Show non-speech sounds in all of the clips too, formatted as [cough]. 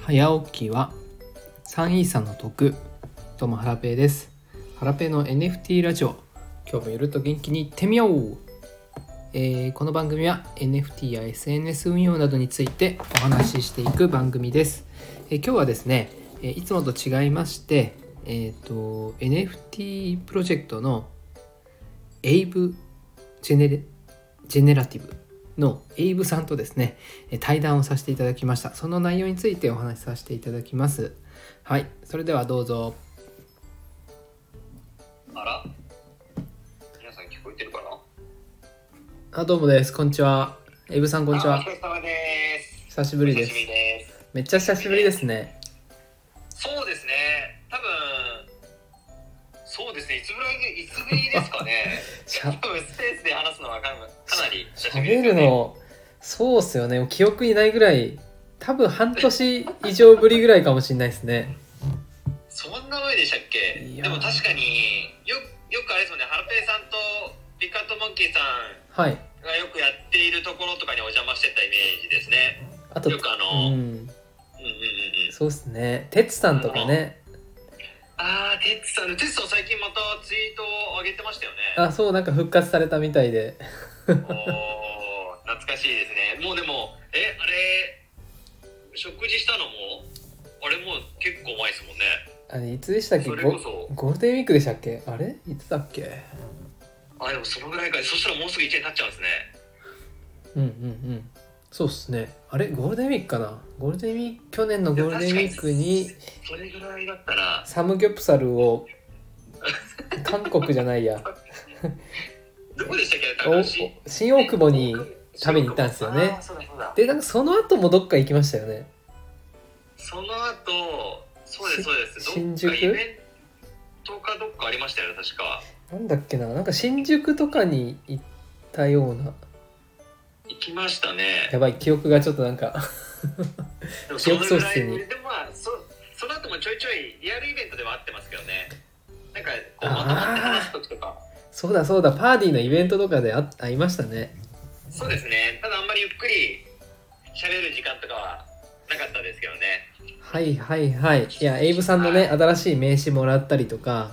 早起きは3イーサの得どうもハラペーですハラペーの NFT ラジオ今日もゆるっと元気にいってみよう、えーこの番組は NFT や SNS 運用などについてお話ししていく番組です、えー今日はですね、えーいつもと違いましてえっ、と NFT プロジェクトのエイブジェネレジェネラティブのエイブさんとですねえー対談をさせていただきましたその内容についてお話しさせていただきますはいそれではどうぞあら皆さん聞こえてるかなあどうもですこんにちはエイブさんこんにちあおは疲れ様です。久しおぶりですです。めっちゃ久しぶりですねそうですね。多分そうですね。いつぶらいいつぶりですかね。 [laughs] し多ゃ分スペースで話すのはかなかなり久しぶり喋でするよね。のそうっすよね記憶にないぐらい多分半年以上ぶりぐらいかもしれないですねそんな前でしたっけいやーでも確かによよくあれですよね。ハラペイさんとピカットモンキーさんはいがよくやっているところとかにお邪魔してたイメージですね。あとよくあうの、うん、うんうんんうん。そうっすねてつさんとかねあー、テッツさん、テッツさん最近またツイートを上げてましたよね。あそうなんか復活されたみたいでおー懐かしいですねもうでもえあれ食事したのもあれもう結構前ですもんねあれいつでしたっけそれこゴそゴールデンウィークでしたっけあれいつだっけあでもそのぐらいかそしたらもうすぐ1年経っちゃうんですねうんうんうんそうっすねあれゴールデンウィークかなゴールデンウィーク去年のゴールデンウィークにそれぐらいだったらサムギョプサルを韓国じゃないやどこでしたっけお高お橋新大久保に食べに行ったんですよねあーそうだそうだでなんかその後もどっか行きましたよねその後そうですそうですしどっ新宿かイベントかどっかありましたよね確かなんだっけななんか新宿とかに行ったような行きましたねやばい記憶がちょっとなんか [laughs] でも記その憶喪ぐらい失にでもまあそその後もちょいちょいリアルイベントではあってますけどねなんかこうあーまとまって話す時とかそうだそうだパーティーのイベントとかであ会いましたねそうですねただあんまりゆっくり喋る時間とかはなかったですけどね [laughs] はいはいはいいやエイブさんのね新しい名刺もらったりとか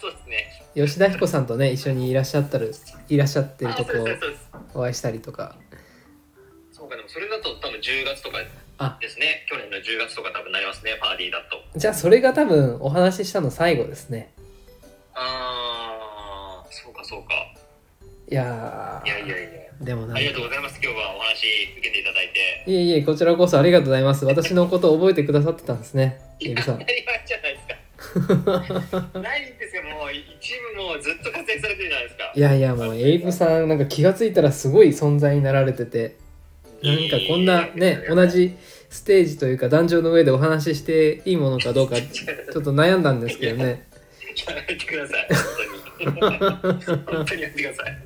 そうですね吉田彦さんとね一緒にいらっしゃったるいらっしゃってるあとこそうですそうですお会いしたりとかそうかでもそれだと多分10月とかあですね去年の10月とか多分なりますねパーティーだとじゃあそれが多分お話ししたの最後ですねああそうかそうかいやーいやいやいやでもなんあかりいがとうございます今日はお話受けていただいてえいえこちらこそありがとうございます私のことを覚えてくださってたんですねエイブさ当んたり前じゃないです [laughs] か。ないんですよ、もう一部もうずっと活躍されてるじゃないですか。いやいやもうエイブさんなんか気がついたらすごい存在になられててなんかこんなね同。じステージというか壇上の上でお話ししていいものかどうかちちょっょっと悩んだんですけどねとやめてください、本当に。本当にやめてください。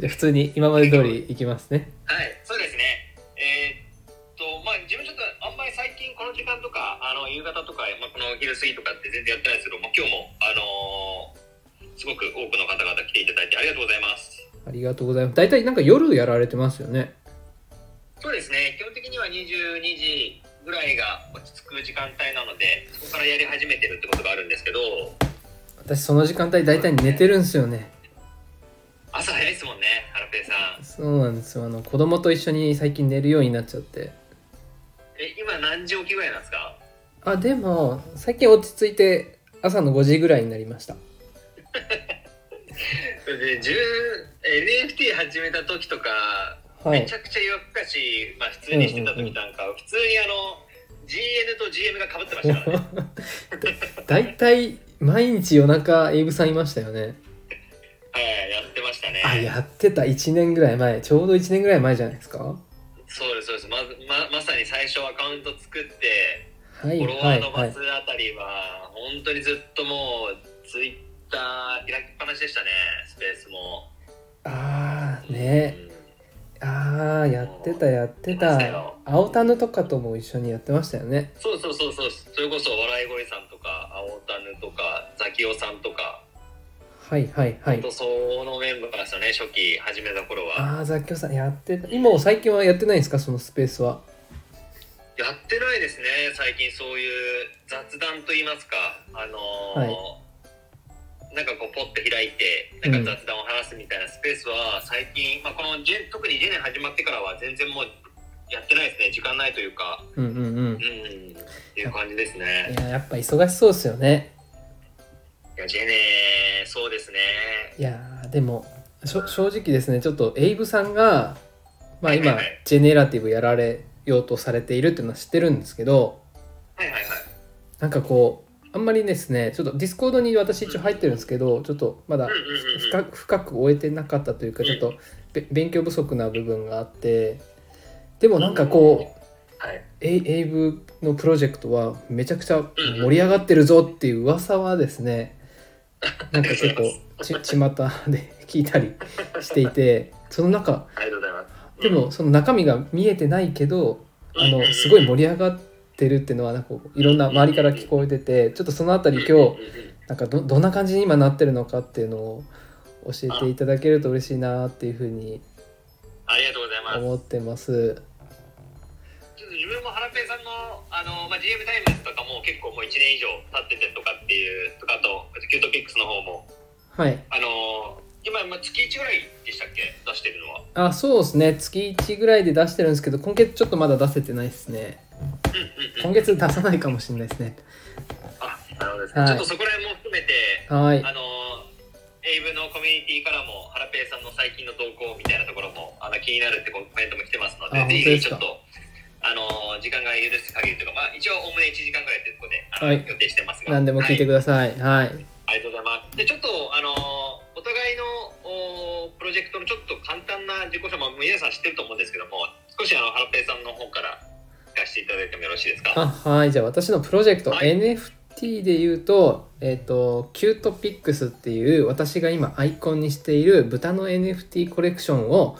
じゃあ普通に今まで通りいきますねはい、そうですね。えーっと、まあ、自分ちょっとあんまり最近この時間とか、あの夕方とか、まあ、このお昼過ぎとかって全然やってないですけど、もう今日も、あのーすごく多くの方々来ていただいてありがとうございます。ありがとうございます大体なんか夜やられてますよねそうですね、基本的には22時ぐらいが落ち着く時間帯なので、そこからやり始めてるってことがあるんですけど、私その時間帯大体寝てるんですよね朝早いですもんね、ハラペイさん。そうなんですよあの子供と一緒に最近寝るようになっちゃってえ、今何時起きぐらいなんですかあでも最近落ち着いて朝の5時ぐらいになりましたで10 NFT 始めた時とか、はいめちゃくちゃ夜更かし、まあ、普通にしてた時なんか、普通にあの GN と GM がかぶって [laughs] ましたからね。大体毎日夜中エイブさんいましたよねはい、やってましたね。あやってた1年ぐらい前ちょうど1年ぐらい前じゃないですかそうです、そうです。まずままさに最初アカウント作って、はいフォロワはーいのはバいスあたりは、本当にずっともう、ツイッター開きっぱなしでしたね、スペースも。ああねうんあーやってたやってやってましたたよ青タヌとかとも一緒にやってましたよねそうそうそうそう、それこそ笑い声さんとか、青田ぬとか、ザキオさんとか、はいはいはほんいとそのメンバーですよね、初期始めた頃は。ああ雑居さんやってた今もう最近はやってないんですかそのスペースはやってないですね最近そういう雑談と言いますかあのーなんかこうポッと開いてなんか雑談を話すみたいなスペースは最近、まあ、このじゅ特に1年始まってからは全然もうやってないですね時間ないというかうんうんうんうんっていう感じですいねややっぱ忙しそうですよねいやジェネそうですねいやーでもしょ正直ですねちょっとエイブさんがまあ今はいはいジェネラティブやられようとされているっていうのは知ってるんですけどはいはいはいなんかこうあんまりですねちょっとディスコードに私一応入ってるんですけどちょっとまだうんうんうんうん深く深く終えてなかったというかちょっとべ勉強不足な部分があってでもなんかこうはいエイエイブのプロジェクトはめちゃくちゃ盛り上がってるぞっていう噂はですね [laughs] なんか結構 [laughs] ち巷で聞いたりしていてその中ありがとうございますでもその中身が見えてないけどあのすごい盛り上がってるっていうのはなんかこういろんな周りから聞こえててちょっとそのあたり今日日なんかどどんな感じに今なってるのかっていうのを教えていただけると嬉しいなっていうふうにありがとうございます思ってます。ちょっと自分もハラペイさんのあの、まあ、GM タイムズとかも結構もう1年以上経っててとかっていうとかあとキュートピックスの方もはい、あの今、まあ、月1ぐらいでしたっけ出してるのはあそうですね月1ぐらいで出してるんですけど今月ちょっとまだ出せてないですねうんうんう今ん月出さないかもしれないですねあなるほどです、はいちょっとそこら辺も含めてはいあのエイブのコミュニティからもハラペイさんの最近の動向みたいなところもあの気になるってコメントも来てますのであぜ本当でひすちかょっとあの時間が許す限りというか、まあ、一応おおむね1時間ぐらいということであのはい予定してますが何でも聞いてくださいはい、ありがとうございます。で、ちょっと、あのーお互いのおープロジェクトのちょっと簡単な自己紹介、まあ、皆さん知ってると思うんですけども、少しあの、ハラペイさんの方から聞かせていただいてもよろしいですか。あはいじゃあ私のプロジェクト、はい NFT で言うと,、えっとキュートピックスっていう私が今アイコンにしている豚の NFT コレクションを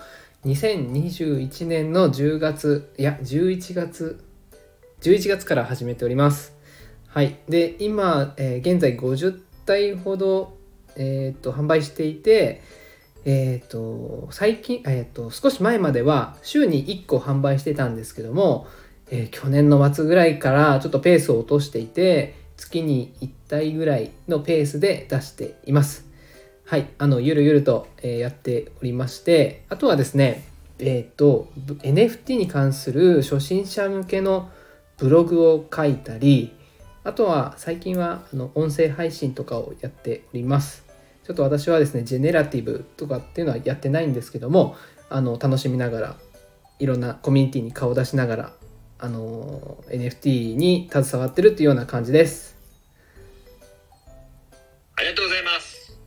2021年の10月いや11月11月から始めておりますはいで今、えー現在50体ほど、えっと販売していてえっと最近、えっと少し前までは週に1個販売してたんですけども、えー去年の末ぐらいからちょっとペースを落としていて月に1体ぐらいのペースで出していますはいあのゆるゆると、えーやっておりましてあとはですねえっ、とぶ NFT に関する初心者向けのブログを書いたりあとは最近はあの音声配信とかをやっておりますちょっと私はですねジェネラティブとかっていうのはやってないんですけどもあの楽しみながらいろんなコミュニティに顔を出しながらあの NFT に携わってるっていうような感じです。ありがとうございます。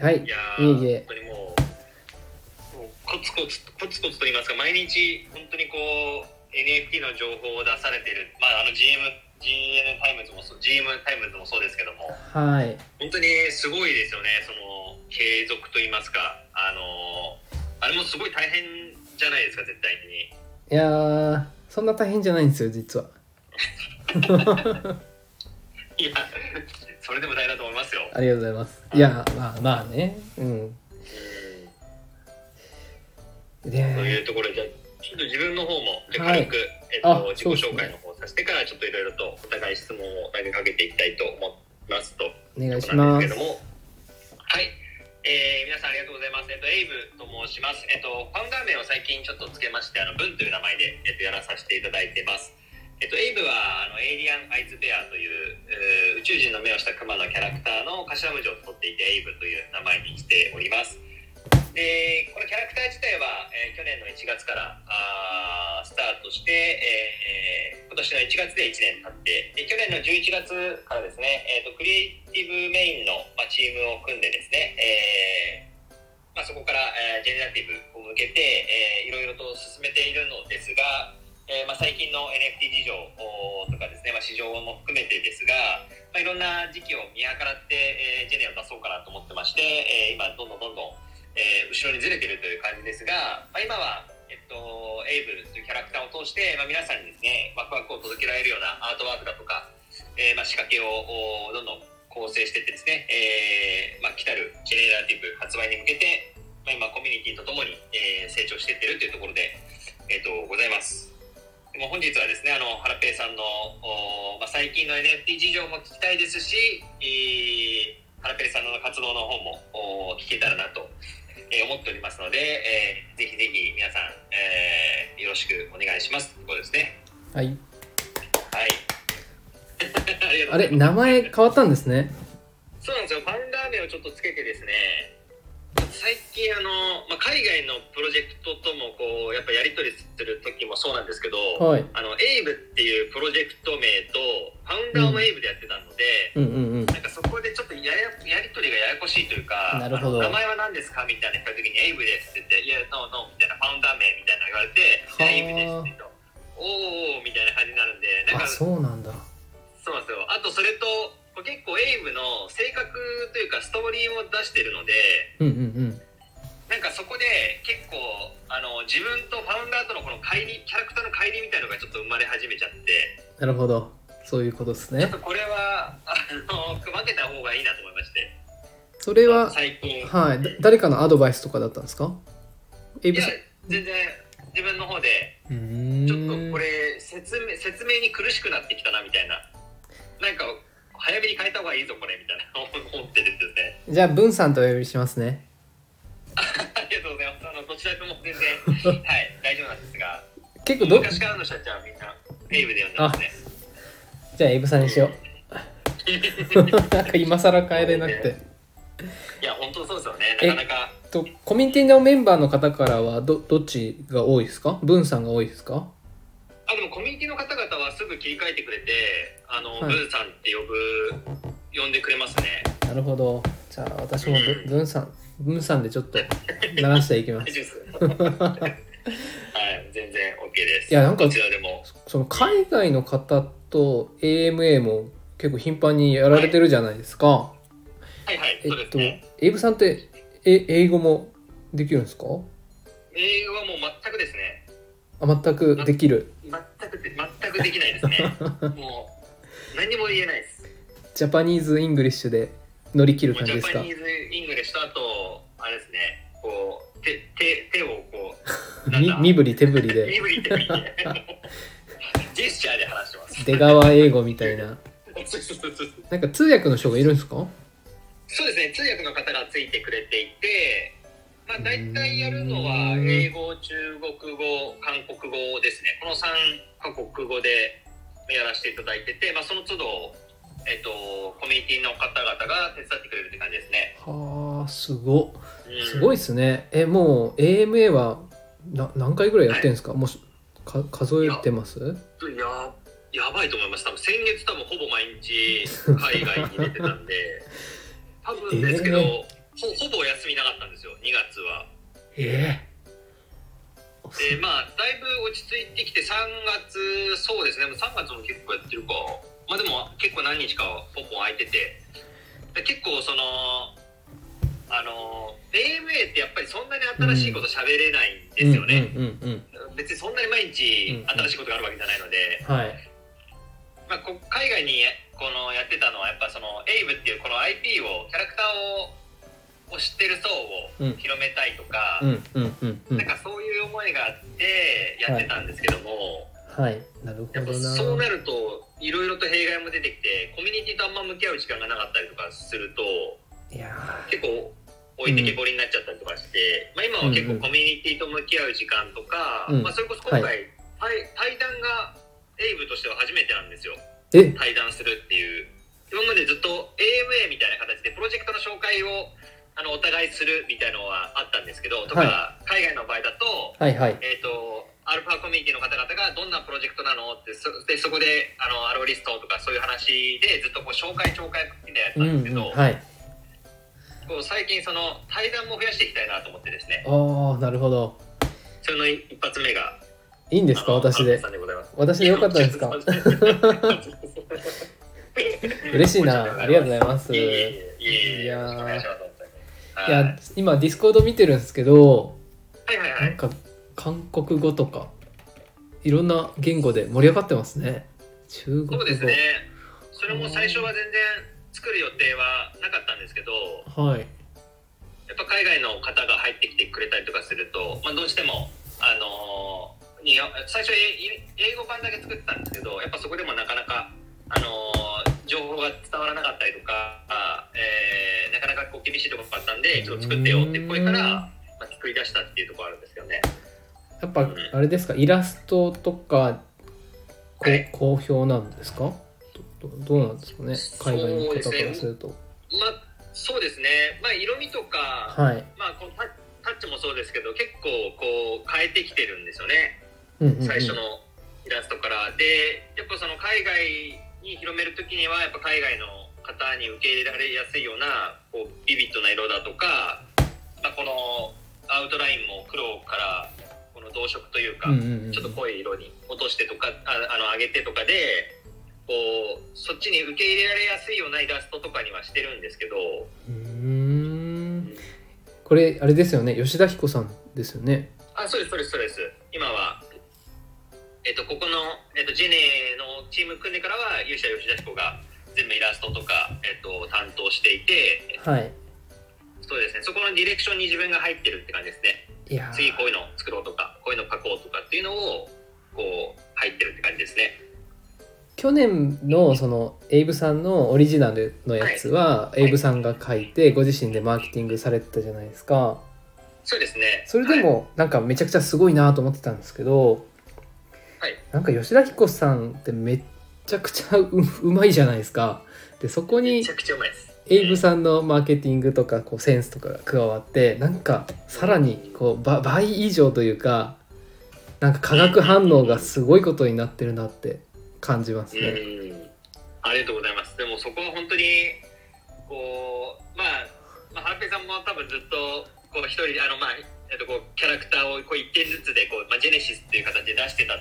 はいい、やーいえいえ本当にもう、もうコツコツ、コツコツと言いますか、毎日、本当にこう、NFT の情報を出されてる、まあ、あの GM、GN タイムズもそう、GM タイムズもそうですけども、はい、本当にすごいですよねその継続と言いますかあのあれもすごい大変じゃないですか絶対にいやーそんな大変じゃないんですよ実は。いやそれでも大変だと思いますよありがとうございます。いやまあまあね、うん。とで、いうところでじゃあちょっと自分の方もじゃあはい軽く、えっあと、自己そうですね紹介の方させてからちょっといろいろとお互い質問を投げかけていきたいと思いますとお願いしなまんですすけ。どもはい、えー皆さんありがとうございますえっとエイブと申しますえっとファウンダー名を最近ちょっとつけましてあのブンという名前で、えっと、やらさせていただいてますえっとエイブはあのエイリアン・アイズ・ベアという、えー宇宙人の目をしたクマのキャラクターの頭文字を取っていてエイブという名前にしておりますでこのキャラクター自体は、えー去年の1月からあースタートして、えーえー今年の1月で1年経ってで去年の11月からですね、えー、とクリエイティブメインの、まあ、チームを組んでですね、えーまあ、そこから、えージェネラティブを向けて、えーいろいろと進めているのですが、えーまあ、最近の NFT 事情おーとかですね、まあ、市場も含めてですが、まあ、いろんな時期を見計らって、えージェネを出そうかなと思ってまして、えー今どんどんどんどんえー後ろにずれてるという感じですが、まあ、今は、えっと、エイブというキャラクターを通して、まあ、皆さんにですねワクワクを届けられるようなアートワークだとか、えーまあ、仕掛けをおどんどん構成していってですね、えーまあ、来たるジェネラティブ発売に向けて、まあ、今コミュニティとともに、えー成長していってるというところで、えっとございます。まあ、本日はですねあのハラペイさんの、おまあ、最近の NFT 事情も聞きたいですし、えー、ハラペイさんの活動の方もお聞けたらなと、えー思っておりますので、えーぜひぜひ皆さん、えーよろしくお願いしますということですねはいはい [laughs] ありがとうございますあれ名前変わったんですねそうなんですよファウンダー名をちょっとつけてですね最近あの、まあ、海外のプロジェクトともこうやっぱやり取りする時もそうなんですけど、はいあのエイブっていうプロジェクト名とファウンダーもエイブでやってたので、うんうんうんなんかそこでちょっとやややり取りがややこしいというかなるほどあの名前は何ですかみたいな言った時にエイブですって言って「いやノーノー」みたいなファウンダー名みたいなの言われて「いやエイブです」って言うと「おーおー」みたいな感じになるんであなんかそうなんだそうなんですよ。あとそれと、これ結構エイムの性格というかストーリーも出してるので、うんうんなんかそこで結構、あの、自分とファウンダーとのこの乖離、キャラクターの乖離みたいのがちょっと生まれ始めちゃって、うんなるほどそういうことですちょっねとこれは、あの、分けた方がいいなと思いまして。それは最近。はいだ誰かのアドバイスとかだったんですかエイいブやさん、全然自分の方で、うーんちょっとこれ説明、説明に苦しくなってきたなみたいな。なんか、早めに変えた方がいいぞ、これ、みたいな [laughs] 思ってるんですね。 [laughs] じゃあ文さんとお呼びしますねありがとうございます。あのどちらとも全然、 [laughs] はい、大丈夫なんですが、結構ど昔じからの社長はみんな、エイブで呼んでますね。ゃあエイブさんにしようなんか今更変えれなくて [laughs] いや、本当そうですよね。なかなか、とコミュニティのメンバーの方からはどどっちが多いですか文さんが多いですかあでもコミュニティの方々はすぐ切り替えてくれて、あの、はいブーさんって呼ぶ、呼んでくれますね。なるほどじゃあ私もぶ文さん文さんでちょっと鳴らしていきま大す丈夫です。はい、全然 OK です。いやなんかどちらでも。 [laughs] その海外の方と AMA も結構頻繁にやられてるじゃないですか、はいはい、えそうでっすとね。エイブさんってえ英語もできるんですか英語はもう全くですね。あ全くできる全くで、全くできないで [laughs] すね。もう、何も言えないです。ジャパニーズ・イングリッシュで乗り切るもう感ジじでャすパかニーズイングリッシュとあとあれですねこう手手手をこうみ身振り手振りで身振り手振 [laughs] りでジェスチャーで話してます [laughs] 出川英語みたいなそうそうそうそうなんか通訳の人がいるんですかそうですね通訳の方がついてくれていてまあ大体やるのは英語中国語韓国語ですねこの3カ国語でやらせていただいてて、まあ、その都度えっと、コミュニティの方々が手伝ってくれるって感じですね。はあすごうんすごいですねえもう AMA はな何回ぐらいやってるんですかもうしか数えてますややばいと思います多分先月多分ほぼ毎日海外に出てたん [laughs] で多分ですけど、えほほぼ休みなかったんですよ2月はえでまあだいぶ落ち着いてきて3月そうですねもう3月も結構やってるかまあでも結構何日かはポンポン空いててで結構そのあの AMA ってやっぱりそんなに新しいこと喋れないんですよね、うんうんうん別にそんなに毎日新しいことがあるわけじゃないので、うんはいまあ、こ海外にこのやってたのはやっぱそのエイブっていうこの IP をキャラクターをを知ってる層うんを広めたいとか、うんうんうんうんなんかそういう思いがあってやってたんですけども、はいなるやほっぱどなそうなるといろいろと弊害も出てきてコミュニティとあんま向き合う時間がなかったりとかするといや結構置いてけぼりになっちゃったりとかして、まあ、今は結構コミュニティと向き合う時間とか、うんまあ、それこそ今回、は対対談がエイブとしては初めてなんですよ。ーえ対談するっていう今までずっと AMA みたいな形でプロジェクトの紹介をあのお互いするみたいのはあったんですけどとか、海外の場合だと,、はいはいえー、とアルファコミュニティの方々がどんなプロジェクトなのってそでそこであのアローリストとかそういう話でずっとこう紹介紹介みたいなやってたんですけど、はいこう最近その対談も増やしていきたいなと思ってですねああなるほどそれの一発目がいいんですかあの私でアルファさんでございます私でよかった [laughs] ですか嬉しいなありがとうございますいえいえいえいえいやーよろしくお願いします本当にいはや今ディスコード見てるんですけどはいはいはなんい。か韓国語とかいろんな言語で盛り上がってますね中国そ語うですね。それも最初は全然作る予定はなかったんですけど、はいやっぱ海外の方が入ってきてくれたりとかすると、まあ、どうしても、あのー苦や最初え英語版だけ作ったんですけどやっぱそこでもなかなか、あのー情報が伝わらなかったりとか、あえーなかなかこう厳しいところがあったんでちょっと作ってよって声から、まあ、作り出したっていうところあるんですよね。やっぱあれですかイラストとかこはい好評なんですかどどどうなんですかね海外の方からするとまあ、そうですね、まあ、色味とか、はいまあ、このタタッチもそうですけど結構こう変えてきてるんですよね。うんうんうん最初のイラストからでやっぱその海外に広める時にはやっぱ海外の方に受け入れられやすいようなこうビビッドな色だとか、まあ、このアウトラインも黒からこの同色というか、うんうんうんちょっと濃い色に落としてとかああの上げてとかでこうそっちに受け入れられやすいようなイラストとかにはしてるんですけどうーんこれあれですよね吉田彦さんですよねあそうですそうですそうです今はえっとここの、えっと、ジェネのチーム組んでからは勇者吉田彦が全部イラストとか、えっと、担当していてはいそうですねそこのディレクションに自分が入ってるって感じですねいやー次こういうの作ろうとかこういうの書こうとかっていうのをこう入ってるって感じですね去年のそのエイブさんのオリジナルのやつはエイブさんが書いてご自身でマーケティングされてたじゃないですかそうですねそれでもなんかめちゃくちゃすごいなと思ってたんですけどはいなんか吉田彦さんってめっちゃくちゃううまいじゃないですかでそこはいめにちゃくちゃうまいですエイブさんのマーケティングとかこうセンスとかが加わってなんかさらにこうば倍以上というかなんか化学反応がすごいことになってるなって感じますうね。んありがとうございますでもそこは本当にこうまあ、まあ、ハラペさんも多分ずっとこう一人であのまあ、えっと、こうキャラクターをこう一点ずつでこう、まあ、ジェネシスっていう形で出してた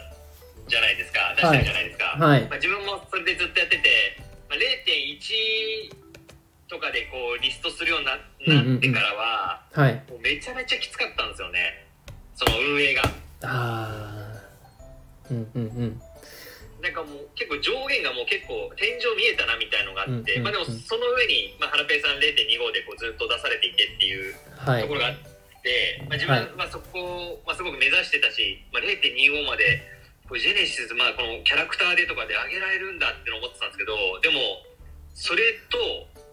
じゃないですか出してるじゃないですか、はいまあ、自分もそれでずっとやってて、まあ、0.1とかでこうリストするようにななってからは、はい、もうめちゃめちゃきつかったんですよねその運営があーうんうんうんなんかもう結構上限がもう結構天井見えたなみたいのがあって、うんうんうんまあでもその上に、まあ、ハラペイさん0.25でこうずっと出されていてっていうはいところがあって、まあ、自は分いはまあそこを、まあ、すごく目指してたし、まあ、0.25までこうジェネシス、まあ、このキャラクターでとかで上げられるんだってのを思ってたんですけどでもそれと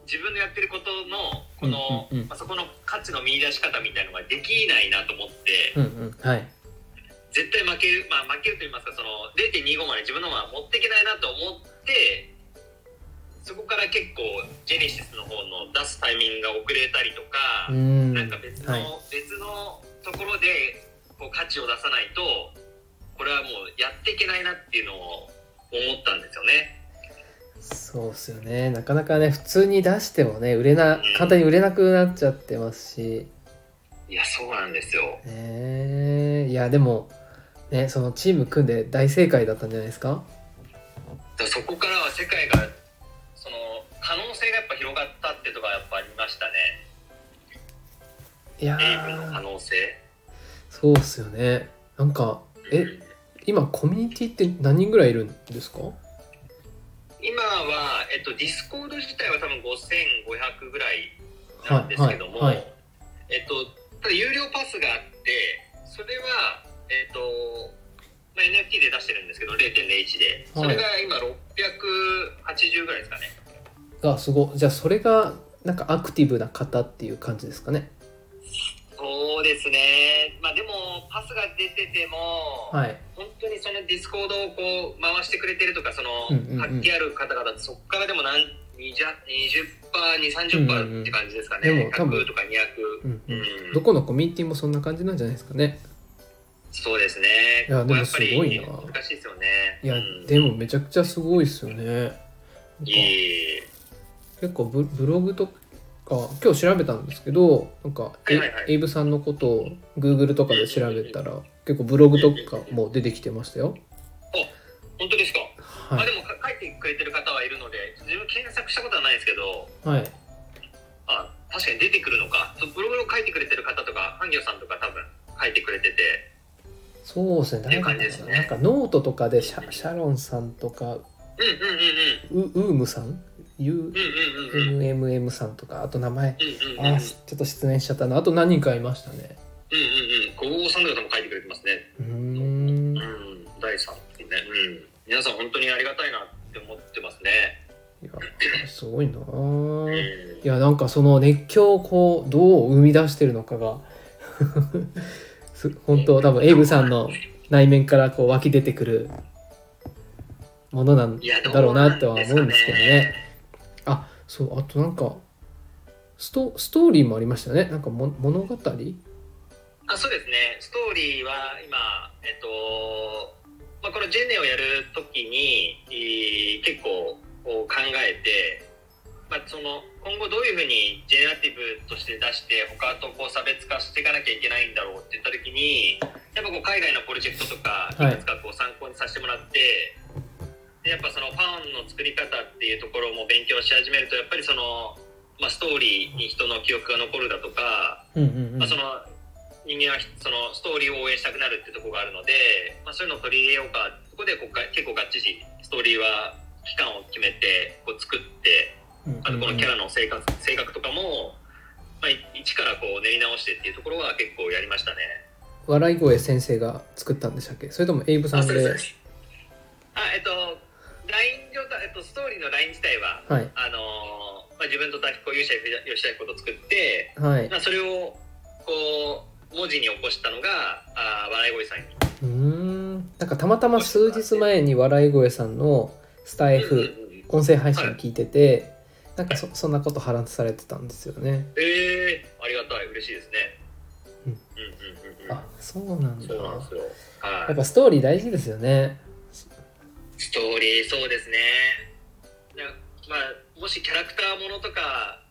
自分のやってることのこの、うんうんうんまあ、そこの価値の見出し方みたいのができないなと思って。うんうんはい絶対負ける、まあ、負けると言いますかその0.25まで自分のまま持っていけないなと思ってそこから結構ジェネシスの方の出すタイミングが遅れたりとかう、んなんか別の、はい別のところでこう価値を出さないとこれはもうやっていけないなっていうのを思ったんですよね。そうっすよねなかなかね普通に出してもね売れな簡単に売れなくなっちゃってますしいやそうなんですよねえいやでもねそのチーム組んで大正解だったんじゃないですかだからそこからは世界がその可能性がやっぱ広がったってとかやっぱありましたねいやエイブの可ー能性。そうっすよねなんかえ今コミュニティって何人ぐらいいるんですか今は、えっと、ディスコード自体は多分5500ぐらいなんですけども、はいはいはいえっと、ただ有料パスがあってそれは、えっとまあ、NFT で出してるんですけど0.01でそれが今680ぐらいですかね、あすごいじゃあそれがなんかアクティブな方っていう感じですかねそうですね、まあ、でもパスが出てても、はい本当にそのディスコードをこう回してくれてるとかそのうんうんうん活気ある方々ってそこからでも何うんう 20%230% んうんって感じですかね、でも多分100とか200、うんうんうんどこのコミュニティもそんな感じなんじゃないですかねそうですねいやでもここはすごいなやっぱり難しいですよねいやうんでもめちゃくちゃすごいですよねなんかいい結構ブブログとか今日調べたんですけどなんかえはいはいはいエイブさんのことを Google とかで調べたら結構ブログとかも出てきてましたよ本当ですか、まはあでもか書いてくれてる方はいるので自分検索したことはないですけどいはいあ確かに出てくるのかそうブログを書いてくれてる方とかハンギョさんとか多分書いてくれててそうですねっていなうんか感じですねなんかノートとかでシャシャロンさんとかうんうんうんウウームさんうんうんうんうん UMMM さんとかあと名前うんうんうあんーしちょっと失念しちゃったなあと何人かいましたねうんうんうん、五五三とかも書いてくれてますね。うーんうん、財産ってね、うん、皆さん本当にありがたいなって思ってますね。いやすごいなあうんいやなんかその熱狂をこうどう生み出してるのかが [laughs] す本当多分エイブさんの内面からこう湧き出てくるものなんいやだろうなとは思うんですけどどうなんですね。あそうあとなんかストストーリーもありましたねなんかも物語あそうですねストーリーは今えっと、まあ、このジェネをやるときにい結構こう考えて、まあ、その今後どういうふうにジェネラティブとして出して他とこう差別化していかなきゃいけないんだろうって言ったときにやっぱこう海外のプロジェクトとかはいいくつかこう参考にさせてもらって。でやっぱそのファンの作り方っていうところも勉強し始めるとやっぱりその、まあ、ストーリーに人の記憶が残るだとかうんうんうまあ、そんの人間はひそのストーリーを応援したくなるってとこがあるので、まあ、そういうのを取り入れようかそこでこうか結構がっちりストーリーは期間を決めてこう作ってうんあとうこのんキャラの性格性格とかも、まあ、い一からこう練り直してっていうところは結構やりましたね。笑い声先生が作ったんでしたっけそれともエイブさあんそでうですあえっとライン状態、えっと、ストーリーのライン自体ははいあのーまあ、自分と滝子勇者吉田彦と作って、はいまあ、それをこう文字に起こしたのがあー笑い声さんにうーんなんかたまたま数日前に笑い声さんのスタイフ音声配信聞いててなんかそそんなこと話されてたんですよねええありがたい嬉しいですねうんうんうんうんうんあそうなんだそうなんやですよはっぱストーリー大事ですよねいストーリーそうですねいやまあもしキャラクターものとか、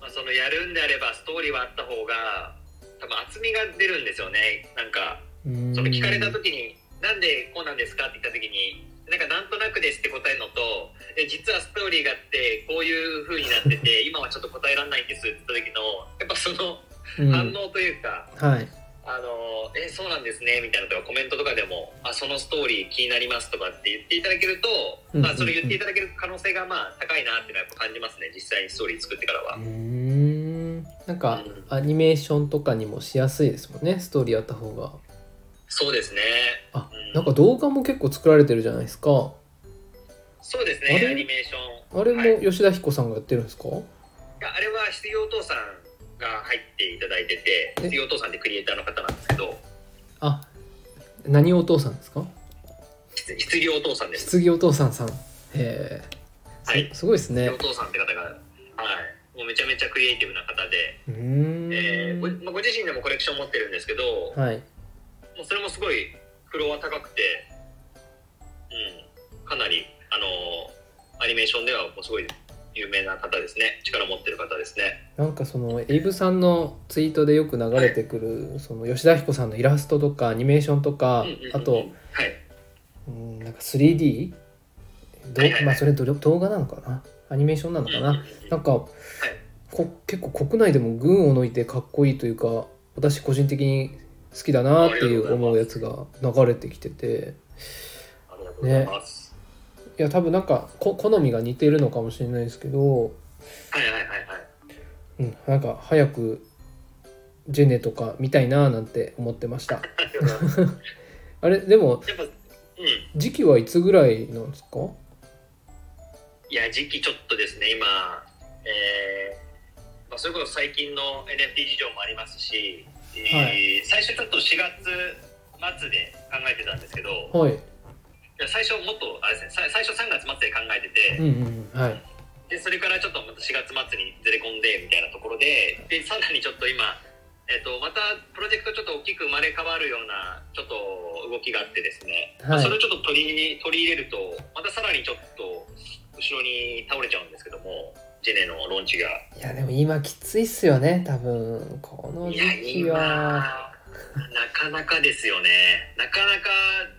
まあ、そのやるんであればストーリーはあった方が多分厚みが出るんですよねなんかうーんその聞かれた時に「なんでこうなんですか?」って言った時になんかなんとなくですって答えるのと「え実はストーリーがあってこういう風になって [laughs] て今はちょっと答えられないんです」って言った時のやっぱそのうん反応というか、はいあのえそうなんですねみたいなとかコメントとかでもあそのストーリー気になりますとかって言っていただけると、うんまあ、それ言っていただける可能性がまあ高いなっていうのはやっぱ感じますね実際にストーリー作ってからはうー。んなんかアニメーションとかにもしやすいですもんねストーリーあった方がそうですね。あうんなんか動画も結構作られてるじゃないですかそうですあねれアニメーションあれはいも吉田彦さんがやってるんですか、いやあれは失業お父さんが入っていただいててえ失業お父さんってクリエイターの方なんですけどあ何お父さんですか失失業お父さんです失業お父さんさんへえす,、はいごいです失業ねお父さんって方が、はい、もうめちゃめちゃクリエイティブな方で、うーん、えーごまあご自身でもコレクション持ってるんですけど、はいもうそれもすごいフロア高くて、うん、かなり、あのーアニメーションではもうすごい有名な方ですね力持ってる方ですねなんかそのエイブさんのツイートでよく流れてくるその吉田彦さんのイラストとかアニメーションとかうんうんうんあとはいうんなんか 3D どはいはいはういまあそれどれ動画なのかなアニメーションなのかうんうんなうんなんかこ結構国内でも群を抜いてかっこいいというか私個人的に好きだなっていう思うやつが流れてきててありがとうございます、いや多分なんかこ好みが似てるのかもしれないですけど、はいはいはいはいうん、なんか早くジェネとか見たいなーなんて思ってましたありがとうございますあれでもやっぱ、うん。時期はいつぐらいなんですかいや、時期ちょっとですね、今、えーまあ、それこそ最近の NFT 事情もありますし、えーは最初ちょっと4月末で考えてたんですけど、はいいや最初もっと、あれですね、さ最初3月末で考えててうん、うんうんはいでそれからちょっとまた4月末にずれ込んでみたいなところででさらにちょっと今、えっとまたプロジェクトちょっと大きく生まれ変わるようなちょっと動きがあってですね、はいそれをちょっと取り取り入れるとまたさらにちょっと後ろに倒れちゃうんですけどもジェネのローンチが。いやでも今きついっすよね多分このい時や期今はなかなかですよねなかなか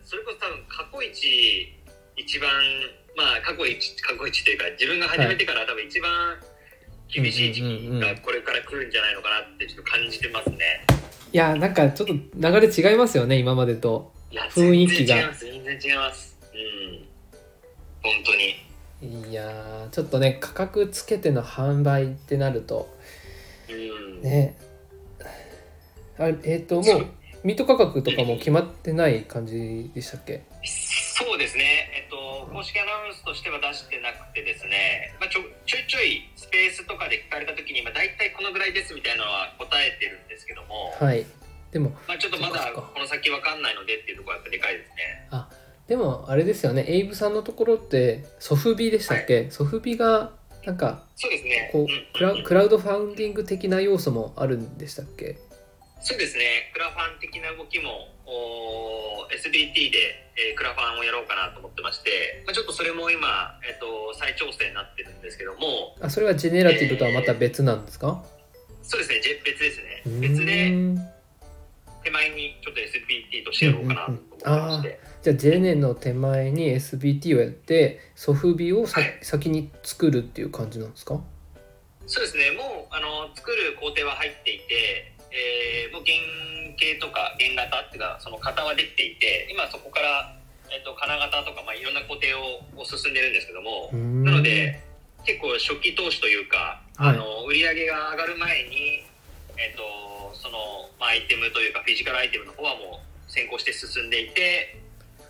それこそ多分過去一一番まあ過去一過去一というか自分が始めてから多分一番厳しい時うんうんう期んうんがこれから来るんじゃないのかなってちょっと感じてますねいやなんかちょっと流れ違いますよね今までといや雰囲気が全然違います全然違いますうん本当にいやーちょっとね価格つけての販売ってなるとうん、ねあえっ、ともうミート価格とかも決まってない感じでしたっけそそうですね、えっと、公式アナウンスとしては出してなくてですね、まあ、ちょちょいちょいスペースとかで聞かれた時に、まあ、大体このぐらいですみたいなのは答えてるんですけども、はいでもまあ、ちょっとまそだっかそっかこの先わかんないのでっていうところはやっぱでかいですね。でもあれですよねエイブさんのところってソフビでしたっけ、ソフビがなんかそうですね。こんんんうクラクラウドファウンディング的な要素もあるんでしたっけそうですね、クラファン的な動きも、おー SBT で、えークラファンをやろうかなと思ってまして、まあ、ちょっとそれも今、えっと、再調整になってるんですけども、あそれはジェネラティブとはまた別なんですか、そうですね、じゃ別ですねうー、ん別で手前にちょっと SBT としてやろうかなと思ってまして、じゃあジェネの手前に SBT をやってソフビをさ、はい先に作るっていう感じなんですかそうですね、もうあの作る工程は入っていて、えーもう原型とか原型っていうか、その型はできていて、今そこから、えっと、金型とか、まあ、いろんな工程をを進んでるんですけども、ななので、結構初期投資というか、はいあの売り上げが上がる前に、えっとそのまあ、アイテムというかフィジカルアイテムの方はもう先行して進んでいて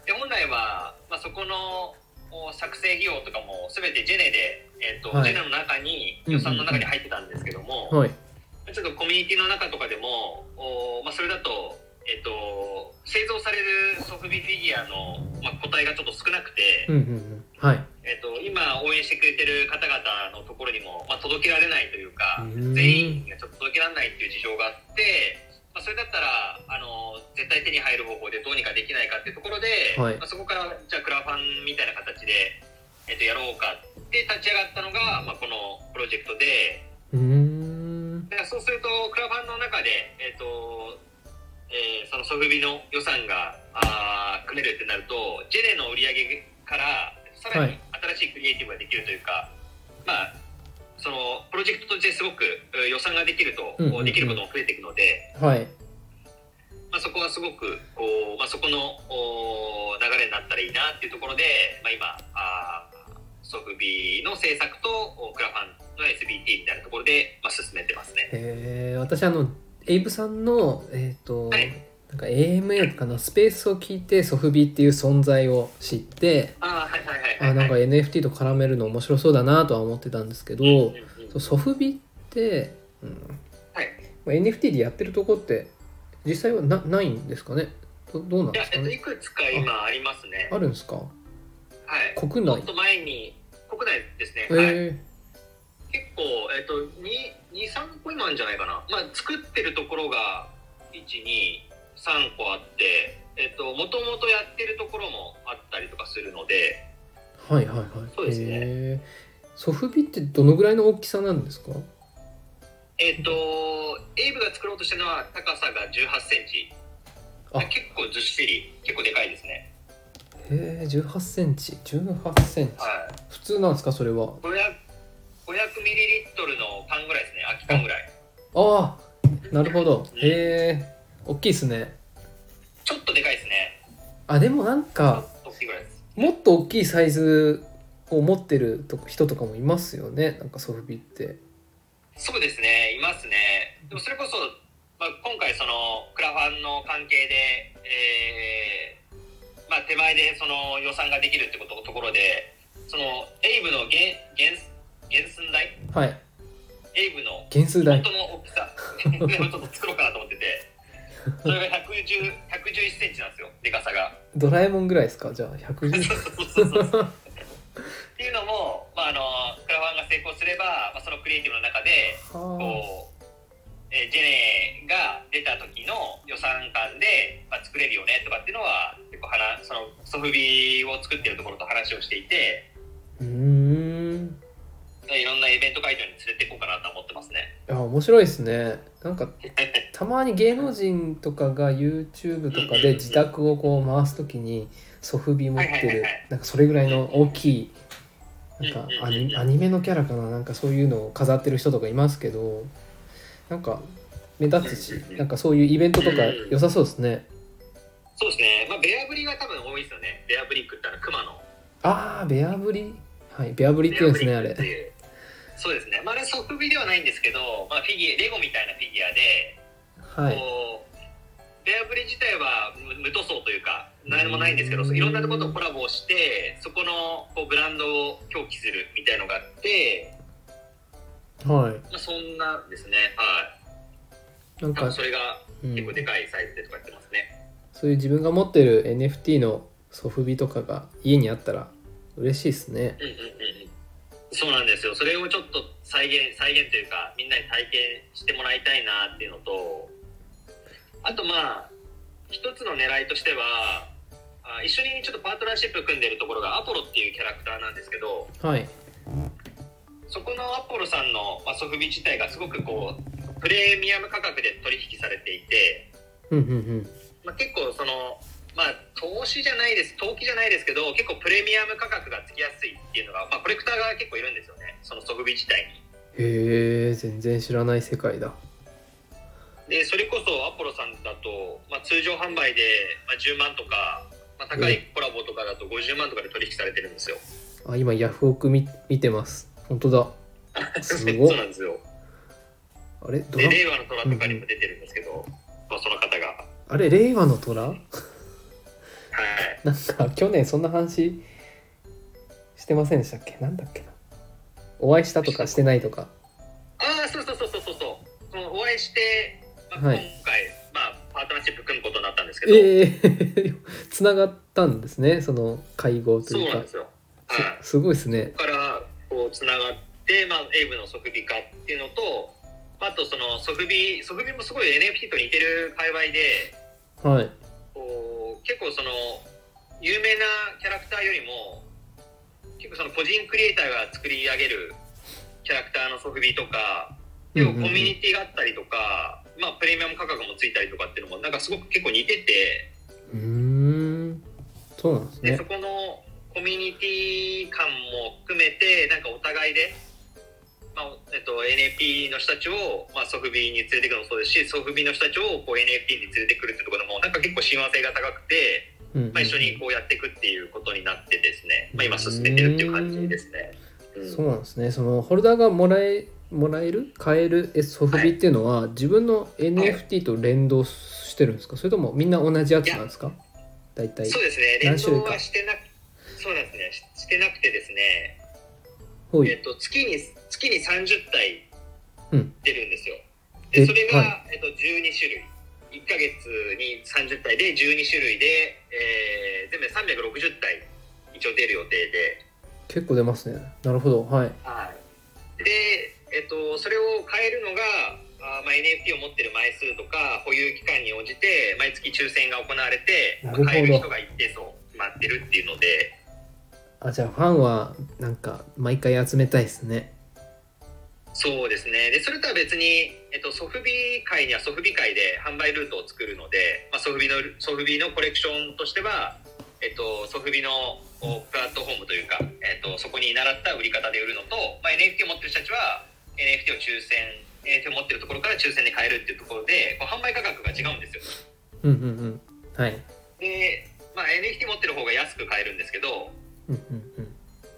で本来は、まあ、そこのお作成費用とかも全てジェネで、えっとはいジェネの中にうんうんうん予算の中に入ってたんですけども、はいちょっとコミュニティの中とかでも、おまあ、それだと、えっと製造されるソフビフィギュアの、まあ、個体がちょっと少なくて。うんうんうんはいえっと今応援してくれてる方々のところにも、まあ、届けられないというかうん全員がちょっと届けられないっていう事情があって、まあ、それだったらあの絶対手に入る方法でどうにかできないかっていうところで、はいまあ、そこからじゃあクラファンみたいな形で、えっとやろうかって立ち上がったのが、まあ、このプロジェクトでうーんだからそうするとクラファンの中で、えっとえーそのソフビの予算があー組めるってなるとジェネの売り上げからさらに新しいクリエイティブができるというか、まあそのプロジェクトとしてすごくえー予算ができると、うんうんうんできることも増えていくので、はいまあ、そこはすごくこう、まあ、そこのおー流れになったらいいなっていうところで、まあ、今あーソフビの制作とおクラファンの SBT みたいなところで、まあ、進めてますね。えー、私あのエイブさんのえっ、と、はいなんか AMA かなスペースを聞いてソフビっていう存在を知ってあーはいはいはいはいはいあなんか NFT と絡めるの面白そうだなとは思ってたんですけどうんうんそうソフビって、うんはいまあ NFT でやってるとこって実際はなないんですかねどどうなんいでやす、かえっと、いねくつか今ありますね。あるんですかはい。国も内っと前に、国内ですね。はい。え結構、えっと、2、二3個今あるんじゃないかな。まあ、作ってるところが、1、2、3個あって、えっと、もともとやってるところもあったりとかするので、ー、はいはいはいそうですねえーソフビってどのぐらいの大きさなんですかえっと、エイブが作ろうとしてるのは高さが18センチ。あ結構ずっしり、結構でかいですね。へえ18センチ18センチはい。普通なんですかそれは500、500ミリリットルの缶ぐらいですね。空き缶ぐらい。ああなるほどへえ大きいですねちょっとでかいですね。あでもなんか大きいぐらいです。もっと大きいサイズを持ってると人とかもいますよねなんかソフビってそうですね、いますね。でもそれこそ、まあ、今回そのクラファンの関係で、えーまあ、手前でその予算ができるってことところで、そのエイブの原原原寸大、はいエイブの原数大本当の大きさでもちょっと作ろうかなと思ってて、それが110 111センチなんですよ、でか [laughs] さが。ドラえもんぐらいですかじゃあ110っていうのも、まあ、あのクラファンが成功すれば、まあ、そのクリエイティブの中で。 [laughs] はこう、えージェネが出た時の予算感で、まあ、作れるよねとかっていうのは結構話そのソフビを作ってるところと話をしていてあうーんいろんなイベント会場に連れて行こうかなと思ってますね。 [laughs] いや面白いですねなんかたまに芸能人とかが YouTube とかで自宅をこう回すときにソフビ持ってはいるはいはいはいなんかそれぐらいの大きいなんかアうんうんうんニうんアニメのキャラかななんかそういうのを飾ってる人とかいますけどなんか目立つしうんうんうんなんかそういうイベントとかうん良さそうですねそうですね、まあ、ベアブリが多分多いですよねベアブリックってあの熊のああベアブリはいベアブリっベてア言うんでブすリねッあクってれいうそうですね、まあ、あれソフビではないんですけど、まあ、フィギュアレゴみたいなフィギュアではいこうベアブリ自体は無無塗装というか何でもないんですけどそういろんなところとコラボをしてそこのこうブランドを表記するみたいのがあって、はまあ、そんなですねはいいなん多分かそれがうん結構でかいサイズでとかやってますね、そういう自分が持ってる NFT のソフビとかが家にあったら嬉しいですねうんうんうんうんそうなんですよそれをちょっと再現再現というかみんなに体験してもらいたいなっていうのとあとまあ一つの狙いとしてはあ一緒にちょっとパートナーシップ組んでるところがアポロっていうキャラクターなんですけどはいそこのアポロさんのまあソフビ自体がすごくこうプレミアム価格で取引されていて、うんうんまあ、結構その、まあ、投資じゃないです投機じゃないですけど結構プレミアム価格がつきやすいっていうのが、まあ、コレクターが結構いるんですよねそのソフビ自体に。うんへえ全然知らない世界だでそれこそアポロさんだと、まあ、通常販売でまあ10万とか、まあ、高いコラボとかだと50万とかで取引されてるんですよ。あ今ヤフオク見見てます本当だすごい [laughs] そうなんですよあれドでラ令和の虎とかにも出てるんですけど、まあ、その方が。はあれ令和の虎いなんか去年そんな話してませんでしたっけなんだっけなお会いしたとかしてないとかああそうそうそうそうそうそうそのお会いして、まあはい今回、まあ、パートナーシップ組むことになったんですけど、ええ [laughs] つながったんですねその会合とそいううなんかですよ、はい、すすごいですねそこからこうつながって、まあ、エイブの即備化っていうのとあとその即備即備もすごい NFT と似てる界隈ではいこう結構その有名なキャラクターよりも結構その個人クリエイターが作り上げるキャラクターの即備とか結構コミュニティがあったりとか、まあ、プレミアム価格もついたりとかっていうのもなんかすごく結構似ててうんうんうんそうなんですで、ねそこのコミュニティ感も含めてなんかお互いで、まあおえっと、NFP の人たちを、まあ、ソフビに連れてくるのもそうですしソフビの人たちをこう NFP に連れてくるってところもなんか結構親和性が高くて、うんうんまあ、一緒にこうやっていくっていうことになってですね、まあ、今進めてるっていう感じですね。うんそうなんですねそのホルダーがもらえもらえる買えるえソフビっていうのは、自分の NFT と連動してるんですかそれともみんな同じやつなんですか大体そうですね連何種類動かはしてなくそうなんですねししてなくてですねほいえっと、月に月に30体うん出るんですよ、えでそれが、はえっと、12種類1ヶ月に30体で12種類で、えー全部で360体一応出る予定で、結構出ますねなるほどはいで、えっと、それを変えるのがあー、まあ、NFT を持ってる枚数とか保有期間に応じて毎月抽選が行われて、まなあるほど変える人が一定層決まってるっていうのであじゃあファンはなんか毎回集めたいですねそうですねでそれとは別に、えっと、ソフビ会にはソフビ会で販売ルートを作るので、まあ、ソフビのソフビのコレクションとしては、えっと、ソフビのおプラットフォームというか、えっと、そこに習った売り方で売るのと、まあ、NFT を持ってる人たちは NFT を抽選 NFT を持ってるところから抽選で買えるっていうところでこう販売価格が違うんですようんうんうんはいで、まあ、NFT 持ってる方が安く買えるんですけどうんうんうん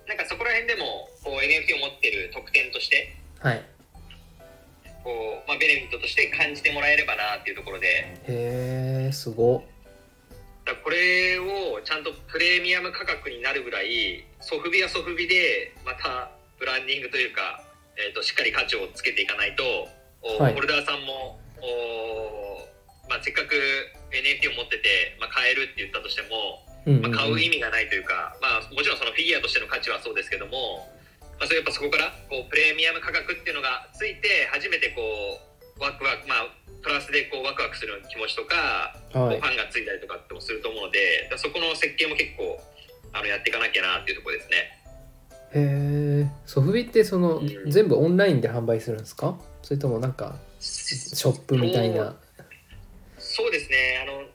なんかそこら辺でもこう NFT を持ってる特典としてはいへこう、まあ、ベネフィットとして感じてもらえればなっていうところでえすごだからこれをちゃんとプレミアム価格になるぐらいソフビはソフビでまたブランディングというか、えー、としっかり価値をつけていかないと、おはいホルダーさんも、おまあ、せっかく NFT を持ってて、まあ、買えるって言ったとしても、うんうんまうあ、ん買う意味がないというか、まあ、もちろんそのフィギュアとしての価値はそうですけども、まあ、それやっぱそこからこうプレミアム価格っていうのがついて初めてこうワクワクまあプラスでこうワクワクする気持ちとか、はこういファンがついたりとかってもすると思うのでだからそこの設計も結構あのやっていかなきゃなっていうところですへね。えソフビってそのうん全部オンラインで販売するんですかそれともなんかショップみたいなそうですねあの、ま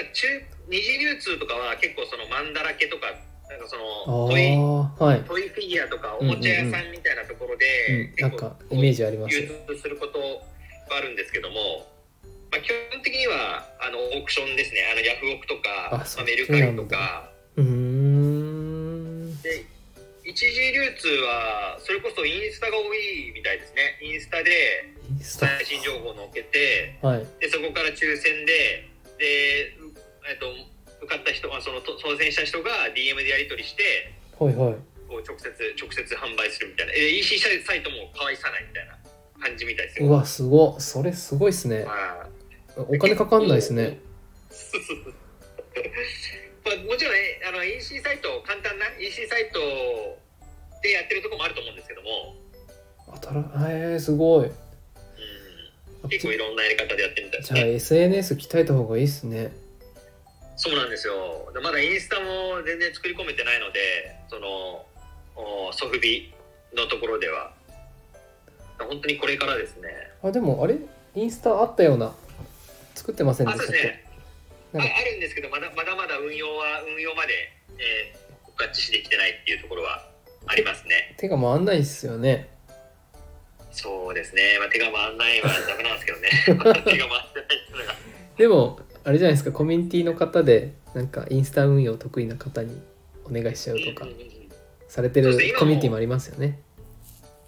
あ、中二次流通とかは結構そのマンだらけとかなんかそあのトイーはいトイフィギュアとかおもちゃ屋さんみたいなところで、うんなん結構かイメージあります流通することはあるんですけども、まあ、基本的にはあのオークションですねあのヤフオクとあかそまうあ、メルカリとかうーんで一次流通はそれこそインスタが多いみたいですねインスタでインスタ最新情報を載っけてはいでそこから抽選でで、うえっと受かった人あそのと当選した人が DM でやり取りしてはいはいこう直接直接販売するみたいなえー EC サイトも可愛さないみたいな感じみたいですようわすごっそれすごいっすねはいお金かかんないですねそうそうそう [laughs] まあ、もちろん、ね、あの EC サイト簡単な EC サイトでやってるとこもあると思うんですけども、あたらへえー、すごいうん、結構いろんなやり方でやってるみたいですじゃあね SNS 鍛えた方がいいっすねそうなんですよでまだインスタも全然作り込めてないのでそのおソフビのところでは本当にこれからですねあでもあれインスタあったような作ってませんあでそうしでたっすねけあなんかあるんですけどまだまだまだ運用は運用まで、えー合致しできてないっていうところはありますね手が回んないっすよねそうですね、まあ、手が回んないはダメなんです [laughs] けどね手が回ってないっていうのがでもあれじゃないですかコミュニティの方でなんかインスタ運用得意な方にお願いしちゃうとかうんうんうんされてそうですねる今もコミュニティもありますよね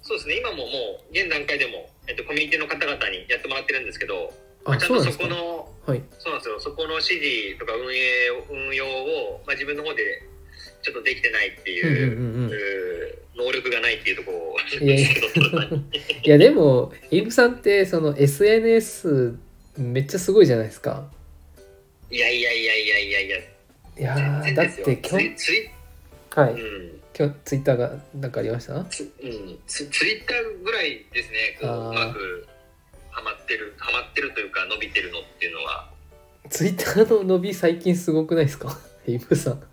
そうですね今ももう現段階でも、えっと、コミュニティの方々にやってもらってるんですけどまああちゃそんうなとんでそすこかのはいそうなんですよそこの指示とか運営を運用を、まあ、自分の方でちょっとできてないっていうんうんう,、うんうん能力がないっていうところをいやいやいやでもイブさんってその SNS めっちゃすごいじゃないですか [laughs] いやいやいやいやいやいやいやー全だ然っですよてきょツイツイはういん今日ツイッターがなんかありましたつうん、ツツイッターぐらいですねこうあーうまくハマってるハマってるというか伸びてるのっていうのはツイッターの伸び最近すごくないですかイブさんう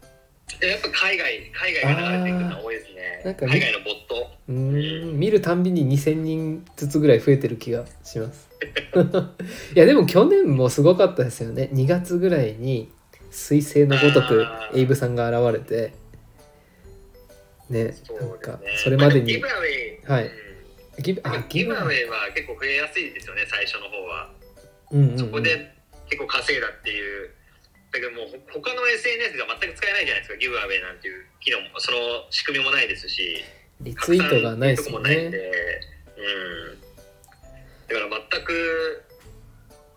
でやっぱ海外海外が流れてくるのは多いであすねーなんかね海外のボットーん見るたんびに2000人ずつぐらい増えてる気がします [laughs] いやでも去年もすごかったですよね2月ぐらいに彗星のごとくあーエイブさんが現れてねそうなんですかねそれまでギにブアウェイ、はいうんギブあギギブブアアウウェイェイは結構増えやすいですよね最初の方は、うんうんうんそこで結構稼いだっていうだけどもうほ他の SNS が全く使えないじゃないですかギブアウェイなんていう機能もその仕組みもないですしリツイートがないですもよないんで、ね。うん、だから全く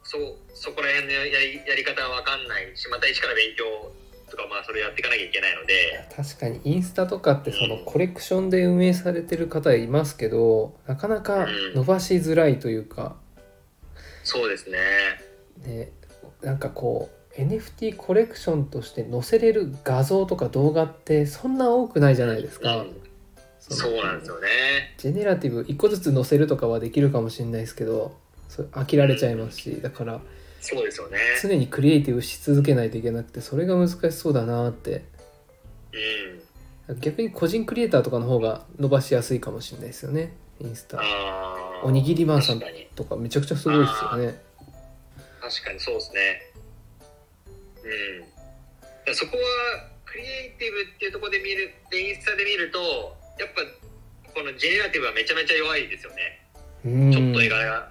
そうそこら辺のやりやり方は分かんないしまた一から勉強とかまあそれやっていかなきゃいけないので確かにインスタとかってそのコレクションで運営されてる方いますけどなかなか伸ばしづらいというか、そうですねね、なんかこう NFT コレクションとして載せれる画像とか動画ってそんな多くないじゃないですか。うんそうなんですよよねジェネラティブ1個ずつ載せるとかはできるかもしれないですけどそれ飽きられちゃいますしだからそうですよね常にクリエイティブし続けないといけなくてそれが難しそうだなってうん逆に個人クリエイターとかの方が伸ばしやすいかもしれないですよねインスタあーおにぎりマンさん確かにとかめちゃくちゃすごいですよね確かにそうですねうんだからそこはクリエイティブっていうところで見るでインスタで見るとやっぱこのジェネラティブはめちゃめちゃ弱いですよね、うんちょっと絵柄が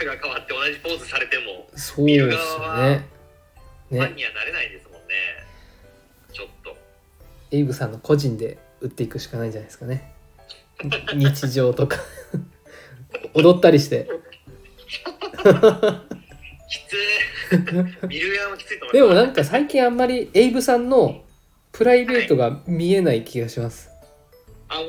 絵柄が変わって同じポーズされてもそうですよ見る側はねファねンにはなれないですもんねちょっとエイブさんの個人で売っていくしかないんじゃないですかね日常とか踊ったりしてき [laughs] つい見る側もきついと思いでますもなんか最近あんまりエイブさんのプライベートが見えない気がします、あもう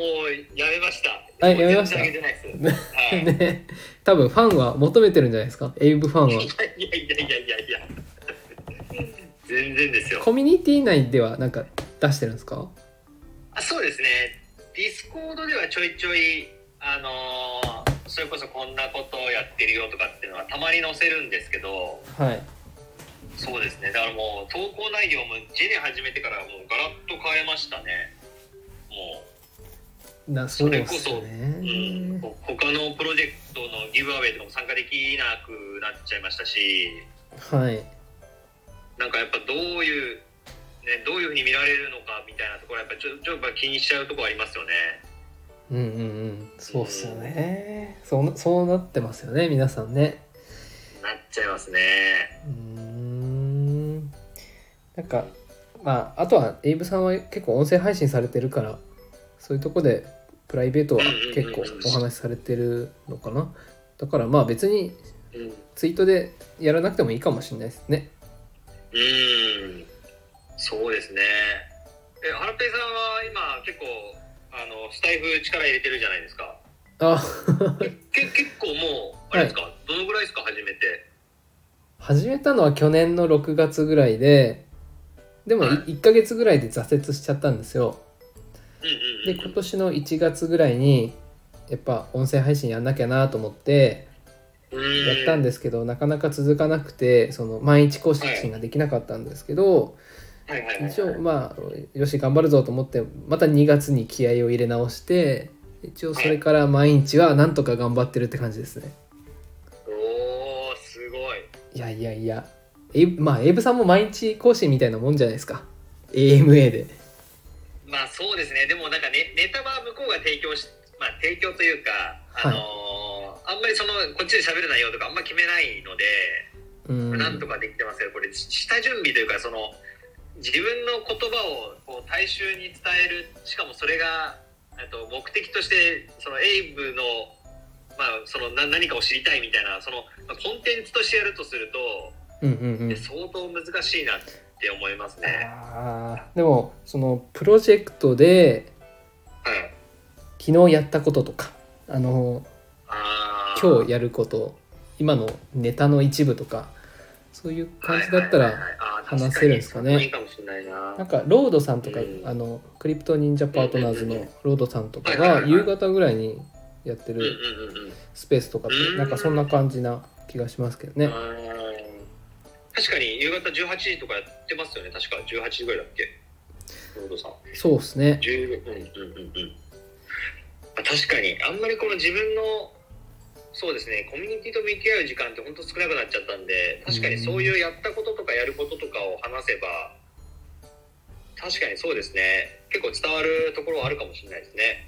やめましたあやめましたもう全然上げてないです、はい、ね多分ファンは求めてるんじゃないですかエイブファンはいやいやいやいやいや全然ですよコミュニティ内ではなんか出してるんですかあそうですねディスコードではちょいちょいあのーそれこそこんなことをやってるよとかっていうのはたまに載せるんですけどはいそうですねだからもう投稿内容もジェネ始めてからもうガラッと変えましたねもなそうですそよれこう、うん、ね。ほ他のプロジェクトのギブアウェイとかも参加できなくなっちゃいましたしはい。なんかやっぱどういう、ね、どういうふうに見られるのかみたいなところはやっぱちょちょっとやっぱ気にしちゃうところありますよね。うんうんうん。そうっすよね。そうそうなってますよね、皆さんね。なっちゃいますね。うーん。なんか、まあ、あとは、エイブさんは結構音声配信されてるから、そういうとこで、プライベートは結構お話しされてるのかな。だからまあ別にうん。うツイートでやらなくてもいいかもしれないですね。ーん。そうですね。え、ハラペイさんは今結構、あの、スタイフ力入れてるじゃないですか。 [laughs] あけ結構もう、あれですか、どのぐらいですか、始めて。始めたのは去年の6月ぐらいででも1ヶ月ぐらいで挫折しちゃったんですようんでうんうん。今年の1月ぐらいにやっぱ音声配信やんなきゃなと思ってうんやったんですけどなかなか続かなくてその毎日更新ができなかったんですけどはいはいはいはい一応まあよし頑張るぞと思ってまた2月に気合を入れ直して一応それから毎日はなんとか頑張ってるって感じですねおー、すごい。いやいやいやエイブまあエイブさんも毎日更新みたいなもんじゃないですか AMA でまあそうですね、でもなんかね、ネタは向こうが提供し、まあ提供というか、あのーあんまりその、こっちで喋る内容とかあんま決めないので、うんなんとかできてますよ、これ、下準備というか、その、自分の言葉をこう大衆に伝える、しかもそれが、えっと目的として、その、エイブの、まあ、そのな何かを知りたいみたいな、その、まあコンテンツとしてやるとすると、うんうんうん相当難しいなって思いますね。あーでもそのプロジェクトではい。昨日やったこととかあのあー今日やること今のネタの一部とかそういう感じだったはいはいらはいはいあー話せるんですかね確にいいかもしれないな。なんかロードさんとかうんあのクリプト忍者パートナーズのロードさんとかはいはいがはい夕方ぐらいにやってうんうんるうんうん。スペースとかってなんかそんな感じな気がしますけどねあー確かに夕方18時とかやってますよね。確か18時ぐらいだっけ。ロードさん。そうですね16うんうんうんうん。あ確かにあんまりこの自分のそうですねコミュニティと向き合う時間って本当少なくなっちゃったんで確かにそういうやったこととかやることとかを話せば確かにそうですね結構伝わるところはあるかもしれないですね。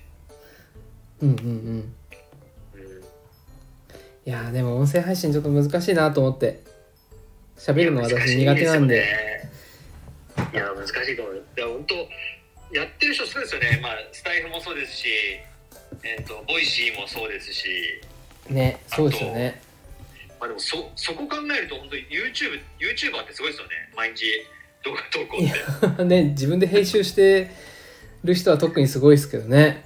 うんうんうんうんいやーでも音声配信ちょっと難しいなと思って喋るの私苦手なんでいや難しいと思ういや本当やってる人そうですよねまあスタイフもそうですしえっ、とボイシーもそうですしねそうですよねまあでもそそこ考えると本当 YouTube YouTuber ってすごいですよね毎日動画投稿っていや [laughs] ね自分で編集してる人は特にすごいですけどね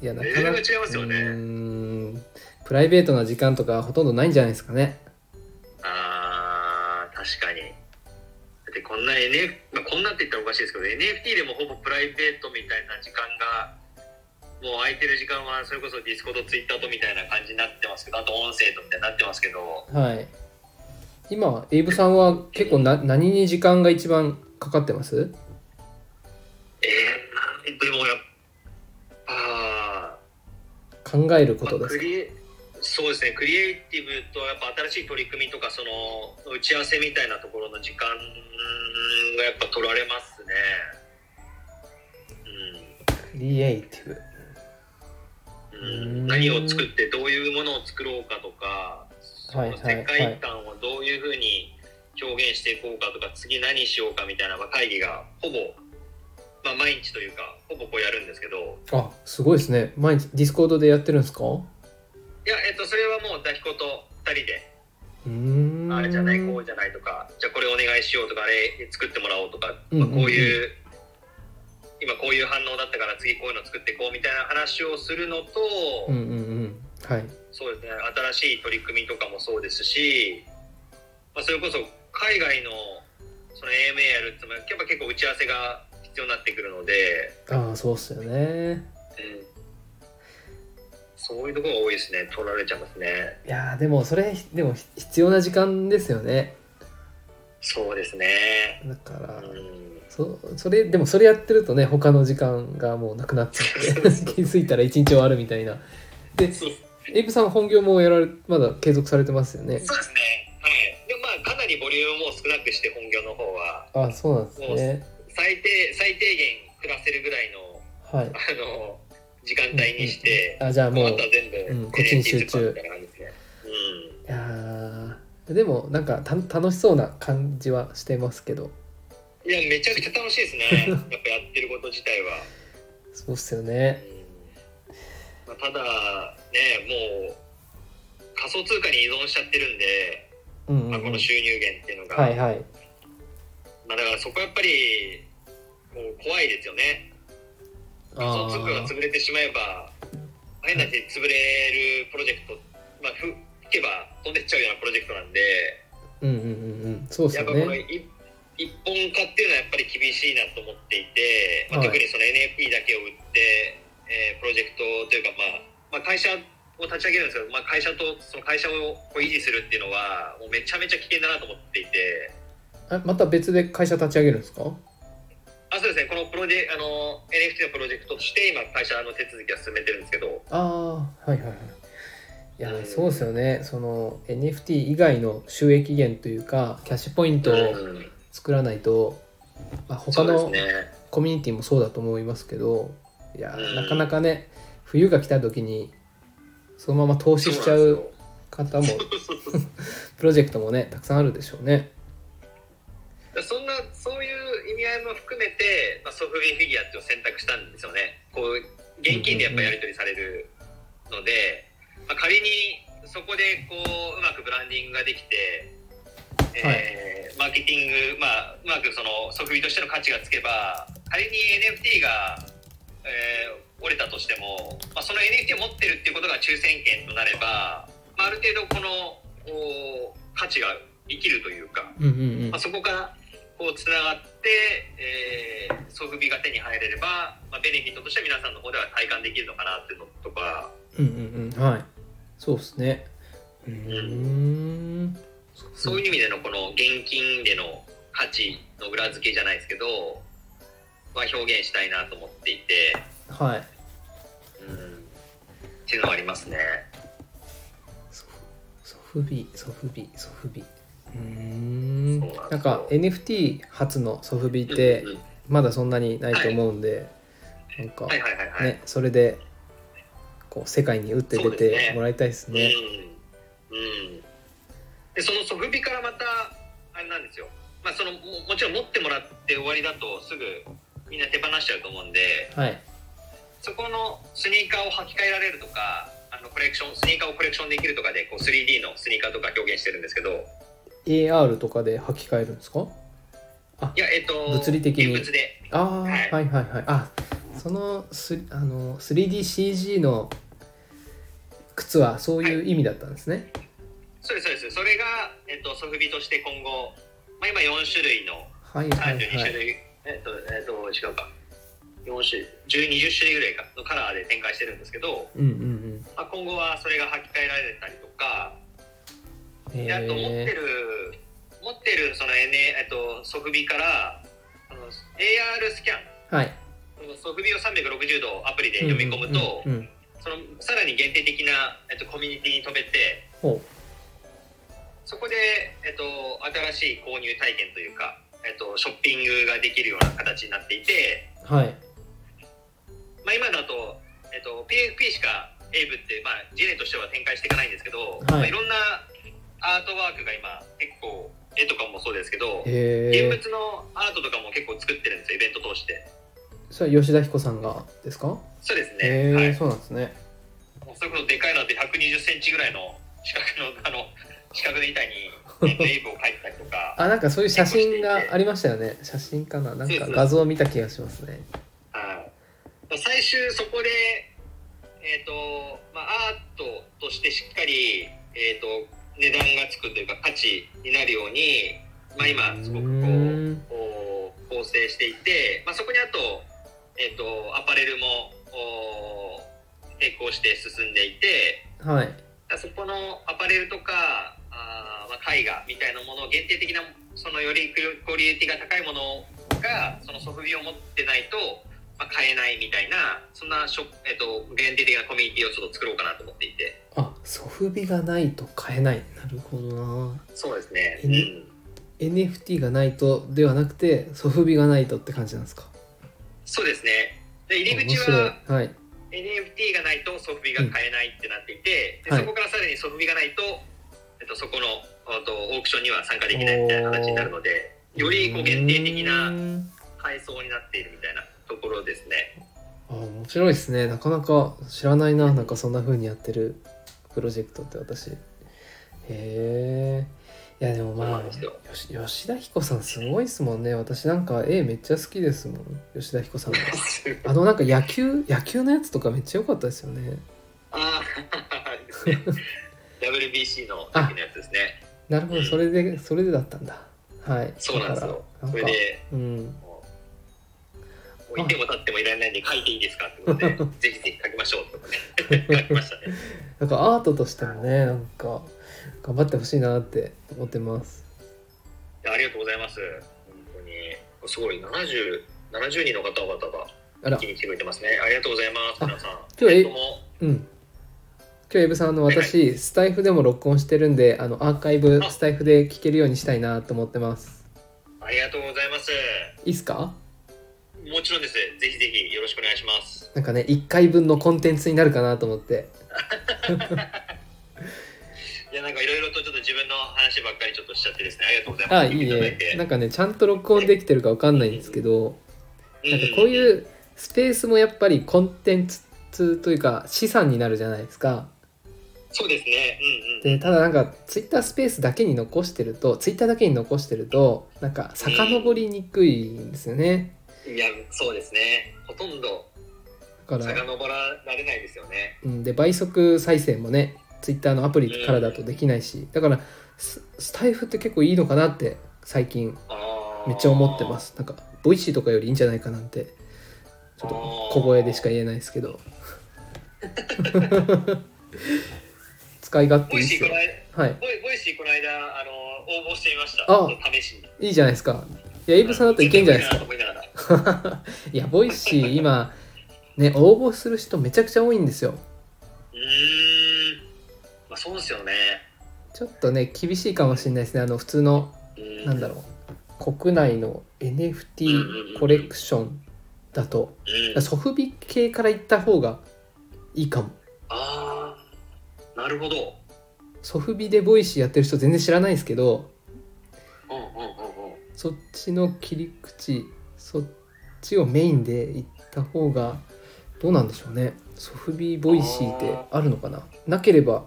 いやなかなかレベルが違いますよねうーんプライベートな時間とかほとんどないんじゃないですかねあー確かにだってこんな NF、まあ、こんなって言ったらおかしいですけど NFT でもほぼプライベートみたいな時間がもう空いてる時間はそれこそディスコとツイッターとみたいな感じになってますけどあと音声とみたいになってますけどはい今エイブさんは結構な何に時間が一番かかってますえー、でもやっぱ考えることでまあすクかリエそうですねクリエイティブとやっぱ新しい取り組みとかその打ち合わせみたいなところの時間がやっぱ取られますねうんクリエイティブうん何を作ってどういうものを作ろうかとか、そのはいはい世界観をどういうふうに表現していこうかとか、次何しようかみたいなまあ会議がほぼ、まあ、毎日というかほぼこうやるんですけどあすごいですね毎日ディスコードでやってるんですかういや、えっと、それはもうダヒコと2人でーんあれじゃないこうじゃないとかじゃあこれお願いしようとかあれ作ってもらおうとか、まあ、うんうんうんこういう。今こういう反応だったから次こういうの作ってこうみたいな話をするのと、うんうんうんはいそうですね新しい取り組みとかもそうですし、まあ、それこそ海外のその AMA やるってのもやっぱ結構打ち合わせが必要になってくるので、ああそうっすよねうんそういうところが多いですね取られちゃいますねいやーでもそれでも必要な時間ですよねそうですねだからうんそそれでもそれやってるとね他の時間がもうなくなっちゃって [laughs] 気づいたら一日終わるみたいなでそうエイブさん本業もやられまだ継続されてますよねそうですねはいでもまあかなりボリュームも少なくして本業の方はあそうなんですね最低最低限暮らせるぐらいのはいあの時間帯にして、あじゃあもうあとは全部、うんこっちに集中 NFT みたいな感じですねうんいやーでもなんかた楽しそうな感じはしてますけどいや、めちゃくちゃ楽しいです [laughs] ね。やっぱやってること自体は。そうっすようんねまあ、ただ、ね、もう、仮想通貨に依存しちゃってるんで、うんうんまあ、こうんの収入源っていうのが、はいはいなまあ、だからそこはやっぱりこう怖いですよね仮想通貨が潰れてしまえば変な話潰れるプロジェクトまあふ吹けば飛んでっちゃうようなプロジェクトなんでうんうんうんうんそうですやっよぱこのね一一本化っていうのはやっぱり厳しいなと思っていて、まあ、はい特にその NFP だけを売って、えープロジェクトというか、まあ、まあ会社を立ち上げるんですけど、まあ、会社とその会社をこう維持するっていうのはもうめちゃめちゃ危険だなと思っていてえまた別で会社立ち上げるんですかあそうですねこのプロジェあの NFT のプロジェクトとして今会社の手続きは進めてるんですけどああはいはいはいいやーうんそうですよねその NFT 以外の収益源というかキャッシュポイントをうん作らないと、まあ、他そうでのすねコミュニティもそうだと思いますけどいやーうんなかなかね冬が来た時にそのまま投資しちゃそうう方もプロジェクトもねたくさんあるでしょうね。だからそんなそういう意味合いも含めて、まあ、ソフビフィギュアっていうのを選択したんですよねこう現金でやっぱやり取りされるので、まあ、仮にそこでこううまくブランディングができて、えーマーケティング、まあ、うまくそのソフビとしての価値がつけば仮に NFT が、えー折れたとしても、まあ、その NFT を持ってるっていうことが抽選券となれば、まあ、ある程度このこう価値が生きるというか。うんうんうんまあ、そこからこうつながって、えー、ソフビが手に入れれば、まあ、ベネフィットとしては皆さんの方では体感できるのかなっていうのとか、うんうんうんはいそうですね。うーんそういう意味でのこの現金での価値の裏付けじゃないですけど、まあ、表現したいなと思っていて、はいうん、っていうのはありますね。ソフソフビソフビソフビうーんそうなんですよなんか NFT 初のソフビってうんうんまだそんなにないと思うんで、なんか、はいはいはいはい。ねそれでこう世界に打って出そうですてねもらいたいですねうんうん、でそのソフビからまたあれなんですよ、まあ、そのももちろん持ってもらって終わりだとすぐみんな手放しちゃうと思うんではいそこのスニーカーを履き替えられるとかあのコレクションスニーカーをコレクションできるとかでこう 3D のスニーカーとか表現してるんですけど AR とかで履き替えるんですかいやえっ、と物理的に現物であー、はいはいはいはいあそのすあの 3DCG の靴はそういう意味だったんですね、そうですそうですそれが、えっとソフビとして今後、まあ、今4種類のはい、はいはい32種類、えっと、えっと、違うか。4種類、10、20種類ぐらいかのカラーで展開してるんですけど、うんうんまあ、今後はそれが履き替えられたりとか、うんであと持っえてる、持ってるその N、えっと、ソフビから、あの AR スキャン、ー、はいそのソフビを360度アプリで読み込むと、うんうんうんうんそのさらに限定的な、えっと、コミュニティに飛べて、ほそこで、えっと、新しい購入体験というか、えっと、ショッピングができるような形になっていて、うはいまあ、今だと、えっと、PFP しかエイブって、まあ、ジェネとしては展開していかないんですけいど、いまあ、いろんなアートワークが今結構絵とかもそうですけど、現えー、物のアートとかも結構作ってるんですよイベント通してそれは吉田彦さんがですか、そうですね、えーはい、そうなんですねもうそれこそでかいので1 2 0センチぐらいの四角のあの四角の板に、 [laughs] えっと、エイブを描いたりとかあなんかそういう写真がありましたよね写真かななんそうかそう画像を見た気がしますねはい最終そこで、えっとまあ、アートとしてしっかり、えっと値段がつくというか価値になるように、まあ、今すうごくこうーんこう構成していて、まあ、そこにあと,、えっとアパレルもお並行して進んでいてはいだからそこのアパレルとかあー、まあ、絵画みたいなものを限定的なそのよりクオリティが高いものがそのソフビを持ってないと、まあ、買えないみたいなそんなショップ、えっと限定的なコミュニティをちょっと作ろうかなと思っていてあソフビがないと買えないなるほどなそうですねうん NFT がないとではなくてソフビがないとって感じなんですかそうですねで入り面口白はいはい NFT がないとソフビが買えないってなっていて、うんではいそこからさらにソフビがないと,、えっとそこのあとオークションには参加できないみたいな形になるのでよりこう限定的うーなん階層になっているみたいなところで [laughs] すね。あ面白いですねなかなか知らないななんかそんな風にやってるプロジェクトって私へえいやでもまそうあなんですよよし吉田彦さんすごいですもんね私なんか絵めっちゃ好きですもん吉田彦さんのあのなんか野球野球のやつとかめっちゃ良かったですよねああ、いいです [laughs] ね WBC の時のやつですね。なるほどそれでそれでだったんだはいそうなんですよ。だそかられなんかで、うんもう、もういても立ってもいられないんで書いていいですかってことで、 [laughs] ぜひぜひ書きましょうとかね、書きましたね。なんかアートとしてもねなんか頑張ってほしいなって思ってますいやありがとうございます。本当に、すごい、70、70人の方々があら一気に来てくれてますね。ありがとうございます、あ皆さん。今日ええっともうん今日エブさんあの [laughs] 私スタイフでも録音してるんであのアーカイブスタイフで聞けるようにしたいなと思ってますありがとうございます。いいっすかもちろんです。ぜひぜひよろしくお願いします。なんかね1回分のコンテンツになるかなと思っていや、なんかいろいろとちょっと自分の話ばっかりちょっとしちゃってですね。ありがとうございます。あいい聞てねただてなんかねちゃんと録音できてるかわかんないんですけどなんかこうういうスペースもやっぱりコンテンツというか資産になるじゃないですかんそうですねうんうでんただなんかツイッタースペースだけに残してるとツイッターだけに残してるとなんか遡りにくいんですよねいやそうですねほとんどだから、遡られないですよねうん、で倍速再生もねツイッターのアプリからだとできないしだからススタイフって結構いいのかなって最近あーめっちゃ思ってますなんかボイシーとかよりいいんじゃないかなんてちょっと小声でしか言えないですけ [laughs] ど使い勝手ボいイいっシすーよこのは間いボイボイシーこの間あの応募してみましたあ試しにいいじゃないですかいやエイブさんだといけんじゃないですか全然無理だなと思いながら [laughs] いや、ボイシー今、ね、応募する人めちゃくちゃ多いんですよ。うーんまあそうですよねちょっとね、厳しいかもしれないですね。あの、普通の、うなんだろう、国内の NFT コレクションだと、うんソフビ系から行った方がいいかも。ああなるほどソフビでボイシーやってる人全然知らないですけど、うんうんうんうんそっちの切り口、そっちをメインで行った方が、どうなんでしょうね。ソフビボイシーってあるのかななければ、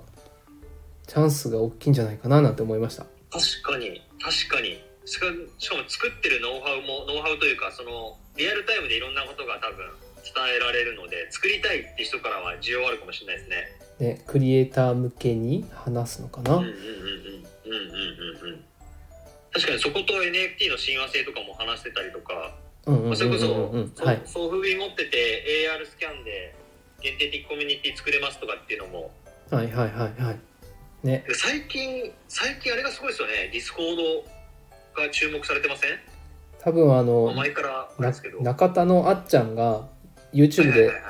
チャンスが大きいんじゃないかななんて思いました。確かに確かにしかしかも作ってるノウハウもノウハウというかそのリアルタイムでいろんなことが多分伝えられるので作りたいって人からは需要あるかもしれないですねね、クリエイター向けに話すのかな、うんうんうんうんうんうんうんうん確かにそこと NFT の親和性とかも話してたりとか、うんうんうんうんうんまあ、それこそ、そうはい、送付便持ってて AR スキャンで限定的コミュニティ作れますとかっていうのもはいはいはいはいねで最近最近あれがすごいですよねディスコードが注目されてません、多分あまあの前からあれなですけど中田のあっちゃんが YouTube はいはいではいはい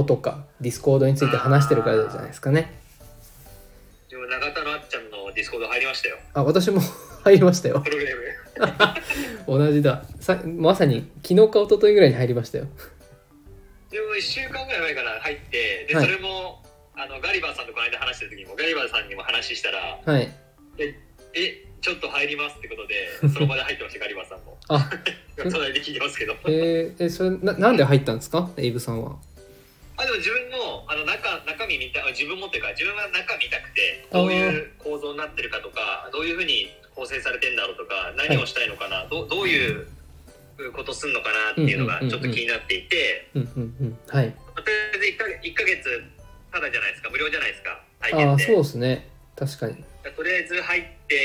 DAO とか Discord について話してるからじゃないですかねでも永田のあっちゃんのディスコード入りましたよ。あ私も [laughs] 入りましたよプログラム。同じださまさに昨日か一昨日ぐらいに入りましたよでも1週間ぐらい前から入って、で、はいそれも、あの、ガリバーさんとこの間話した時にも、ガリバーさんにも話したら、はいえ、ちょっと入りますってこと [laughs] で、その場で入ってました、ガリバーさんも。 [laughs] あ隣で聞いてますけど。えー、えそれななんで入ったんですかエイブさんはあ、でも自分も、あの、中、中身見た、あ自分もっていうか、自分は中見たくて、どういう構造になってるかとか、どういうふうに構成されてんだろうとか、何をしたいのかな、どうどういうことすんのかなっていうのが、ちょっと気になっていて、うんうんうんはいとりあえず1か月一ヶ月ただじゃないですか無料じゃないですか体あ験あーでそうですね確かにとりあえず入って、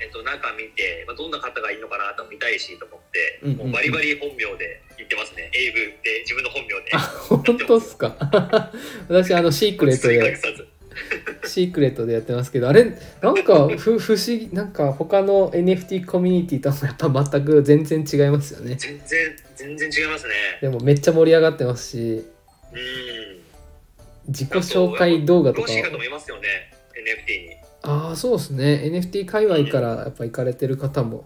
えっと、中見て、まあ、どんな方がいいのかなと見たいしと思って、うんうんうんもうバリバリ本名で言ってますねエイブで自分の本名であ本当っすか [laughs] 私あのシークレット数ヶで月経つシークレットでやってますけどあれなんかふ不思議なんか他の NFT コミュニティとはやっぱ全く全然違いますよね全然全然違いますねでもめっちゃ盛り上がってますしうん自己紹介動画と楽かしい方もいますよね NFT にああそうですね NFT 界隈からやっぱ行かれてる方も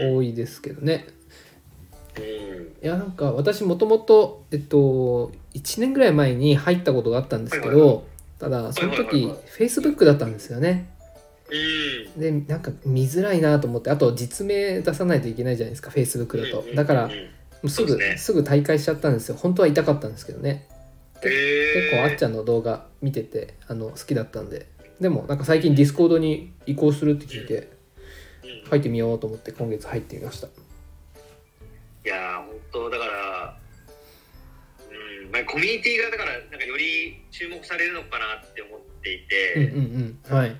うん、多いですけどねうん、いやなんか私もともとえっと1年ぐらい前に入ったことがあったんですけはいはいどただそのはいはい時はい Facebook だったんですよねうんでなんか見づらいなと思ってあと実名出さないといけないじゃないですか Facebook だとだからうんもうんうすぐそうですねすぐ退会しちゃったんですよ本当は痛かったんですけどねへー結構あっちゃんの動画見ててあの好きだったんででもなんか最近ディスコードに移行するって聞いてうん入ってみようと思って今月入ってみましたいやー、本当だから、うん、まあ、コミュニティがだから、なんかより注目されるのかなって思っていて、うんうんうんはい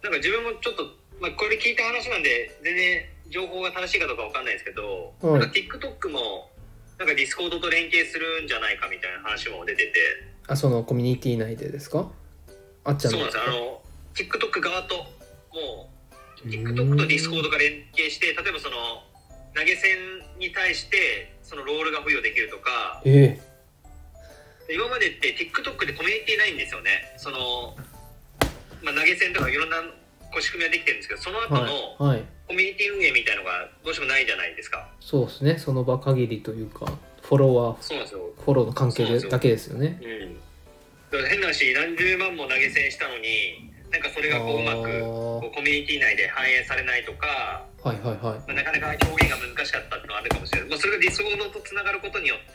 なんか自分もちょっと、まあ、これ聞いた話なんで、全然情報が正しいかどうかわかんないですけど、はいなんか TikTok も、なんかディスコードと連携するんじゃないかみたいな話も出てて、あそのコミュニティ内でですかあっちゃんそうなんですよあの TikTok 側ともう TikTok と Discord が連携して例えばその投げ銭に対してそのロールが付与できるとかえ今までって TikTok でコミュニティないんですよねその、まあ、投げ銭とかいろんなこう仕組みはできてるんですけどそのえ後のはい、はい、コミュニティ運営みたいのがどうしてもないじゃないですかそうですねその場限りというかフォロワーそうなんですよフォローの関係そうなんですでよだけですよねうんだから変な話何十万も投げ銭したのになんかそれがこううまあーくこうコミュニティ内で反映されないとかはいはいはまあなかなか表現が難しかったっていうのはあるかもしれない、まあ、それが理想のとつながることによっ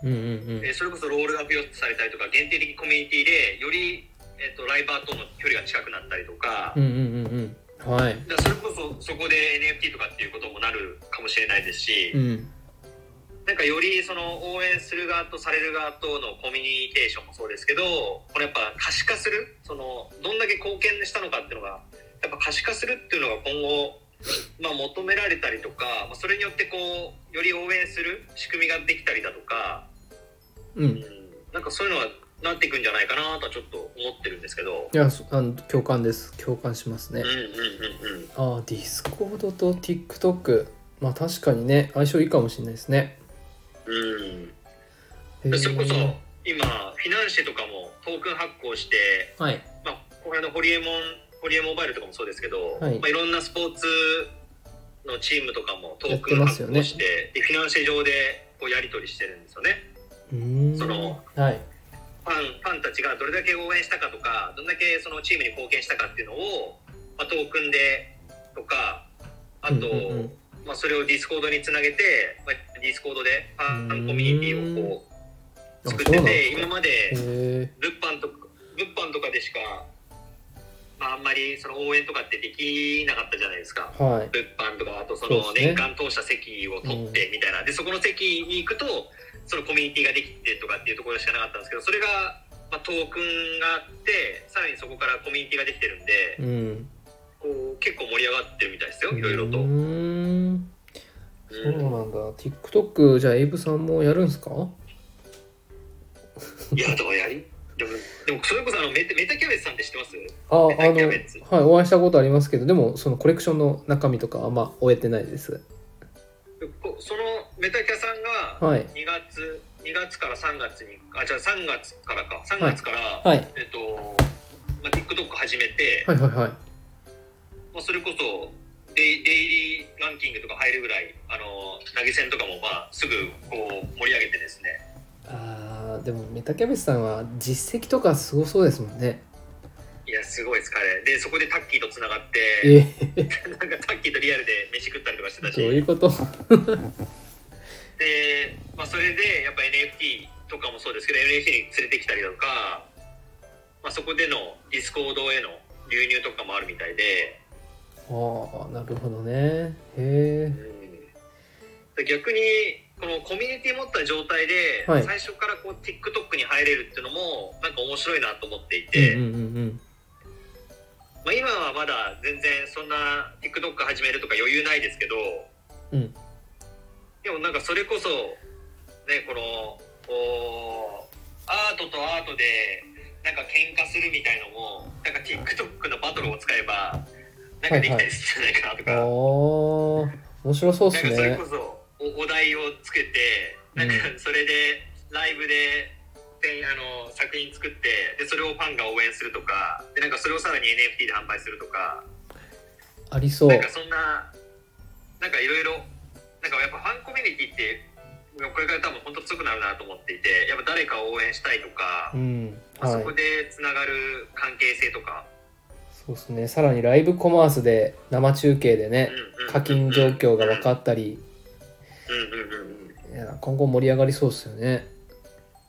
て、いうんうんえーそれこそロールが付与されたりとか限定的コミュニティでより、えー、とライバーとの距離が近くなったりとか,、うんうんうんうんうんはいだからそれこそそこで NFT とかっていうこともなるかもしれないですし、うんなんかよりその応援する側とされる側とのコミュニケーションもそうですけどこれやっぱ可視化するそのどんだけ貢献したのかっていうのがやっぱ可視化するっていうのが今後、まあ、求められたりとかまあそれによってこうより応援する仕組みができたりだとか、ううんん、なんかそういうのはなっていくんじゃないかなとはちょっと思ってるんですけど。いやそあの共感です共感しますねうんうんうんうんああディスコードと TikTok まあ確かにね相性いいかもしれないですねうんへでーそれこそ今フィナンシェとかもトークン発行してはいまあ、これのホリエモンホリエモンモバイルとかもそうですけど、はいいまあ、いろんなスポーツのチームとかもトークやってンますよ発ね行してでフィナンシェ上でこうやり取りしてるんですよねうーんそのはいファンファンたちがどれだけ応援したかとかどんだけそのチームに貢献したかっていうのを、まあ、トークンでとかあと、うんうんうんまあ、それをディスコードにつなげて、まあ、ディスコードでファンファンコミュニティをこうあ作っそうてなんでてすか今までへ物販とか物販とかでしか、まあ、あんまりその応援とかってできなかったじゃないですかえはい物販とかあとそそのうですね年間通した席を取ってみたいな、でそこの席に行くとそのコミュニティができてとかっていうところしかなかったんですけどそれが、まあ、トークンがあってさらにそこからコミュニティができてるんでうんこう結構盛り上がってるみたいですよいろいろと。うーんそううんなんだ TikTok じゃあエイブさんもやるんすかいやだからやりでもでもそれこそあのメタメタキャベツさんって知ってますああのメタキャベツはいお会いしたことありますけどでもそのコレクションの中身とかあんま終えてないですこそのメタキャさんがはい2月2月から3月にあじゃあ3月からか3月から、はいえっと、まあ、TikTok 始めて、はいはいはいまあ、それこそデイデイリーランキングとか入るぐらいあの投げ銭とかも、まあ、すぐこう盛り上げてですねあーでもメタキャベツさんは実績とかすごそうですもんねいやすごいです彼でそこでタッキーとつながっえてえ [laughs] なんかタッキーとリアルで飯食ったりとかしてたしどういうことで、まあ、それでやっぱ NFT とかもそうですけど NFT に連れてきたりとか、まあ、そこでのディスコードへの流入とかもあるみたいで。ああなるほどねへうん逆にこのコミュニティ持った状態で、はい最初からこう TikTok に入れるっていうのもなんか面白いなと思っていえて、うんうんうんまあ、今はまだ全然そんな TikTok 始めるとか余裕ないですけど、うんでもなんかそれこそねこのおアートとアートでなんか喧嘩するみたいのもなんか TikTok のバトルを使えばなんかできたりするんじゃないかなとあか。あ面白そうっなんすかそれねこそおお題をつけてなんかうそれでライブで、であの作品作ってでそれをファンが応援するとかでなんかそれをさらに NFT で販売するとかありそうなんかそんななんかいろいろなんかやっぱファンコミュニティってこれから多分本当強くなるなと思っていてやっぱ誰かを応援したいとかう、んそはいこでつながる関係性とか、そうですねさらにライブコマースで生中継でねうんうん課金状況が分かったりうんうんうんうんいや今後盛り上がりそうっすよね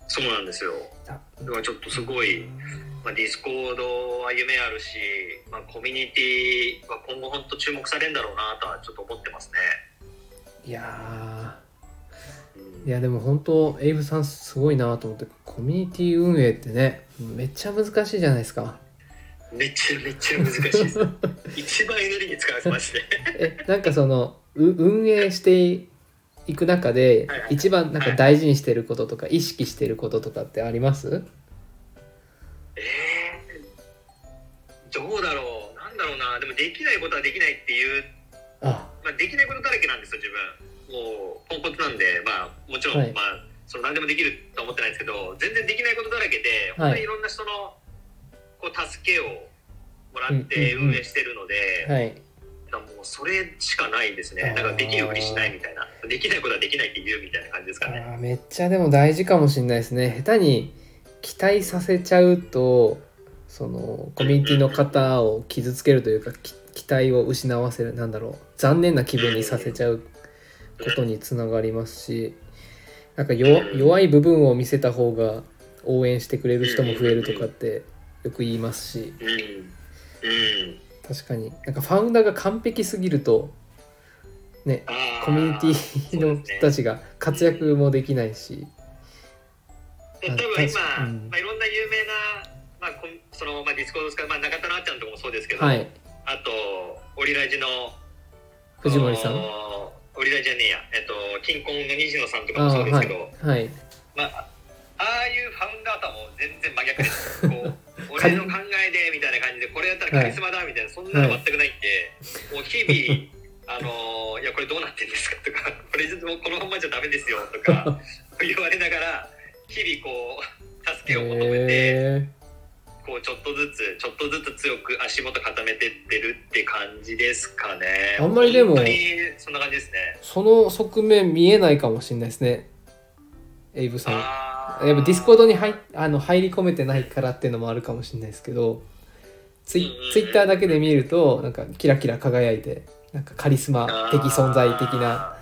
そうなんですよだからちょっとすごいまあ、ディスコードは夢あるし、まあ、コミュニティは今後本当注目されるんだろうなとはちょっと思ってますね。いやうんーいやでも本当エイブさんすごいなと思ってコミュニティ運営ってねめっちゃ難しいじゃないですかめちゃめちゃ難しいです。 [laughs] 一番エネルギー使われてますね。えなんかそのう運営していく中ではいはい一番なんか大事にしてることとか意識してることとかってありますえー、どうだろう。なんだろうな。でもできないことはできないっていう、あまあ、できないことだらけなんですよ、自分。もう、ポンコツなんで、まあ、もちろん、はいまあ、その何でもできるとは思ってないんですけど、全然できないことだらけで、はい本当にいろんな人の、こう、助けをもらってうんうんうん運営してるので、はいだからもうそれしかないですね。だからできるふりしないみたいな。できないことはできないって言うみたいな感じですあかね。ーめっちゃでも大事かもしれないですね下手に期待させちゃうとそのコミュニティの方を傷つけるというかき期待を失わせるなんだろう残念な気分にさせちゃうことにつながりますしなんか弱弱い部分を見せた方が応援してくれる人も増えるとかってよく言いますしうん。うん。確かになんかファウンダーが完璧すぎるとねあーコミュニティの人たちが活躍もできないし。であ多分今確か、にうんまあ、いろんな有名な、まあ、こんその、まあ、ディスコード使う、まあ、中田のあっちゃんとかもそうですけど、はいあとオリラジの藤森さんあのオリラジじゃねえや、えっと、金婚の西野さんとかあもあそうですはけいど、はいまあ、ああいうファウンダーとはもう全然真逆ですこ [laughs] うカ俺リの考えでみたいな感じでこれやったらカリスマだみたいな、そんなの全くないんで、もう [laughs] 日々あのいやこれどうなってんですかとかこれもうこのままじゃダメですよと [laughs] か言われながら日々こう助けを求めて、へこうちょっとずつちょっとずつ強く足元固めてってるって感じですかねあんまりでも本当にそんな感じですねーその側面見えないかもしれないですねエイブさんやあっぱディスコードに入てあの入り込めてないからっていうのもあるかもしれないですけどツイうんうんうんツイッターだけで見るとなんかキラキラ輝いてなんかカリスマ的存在的な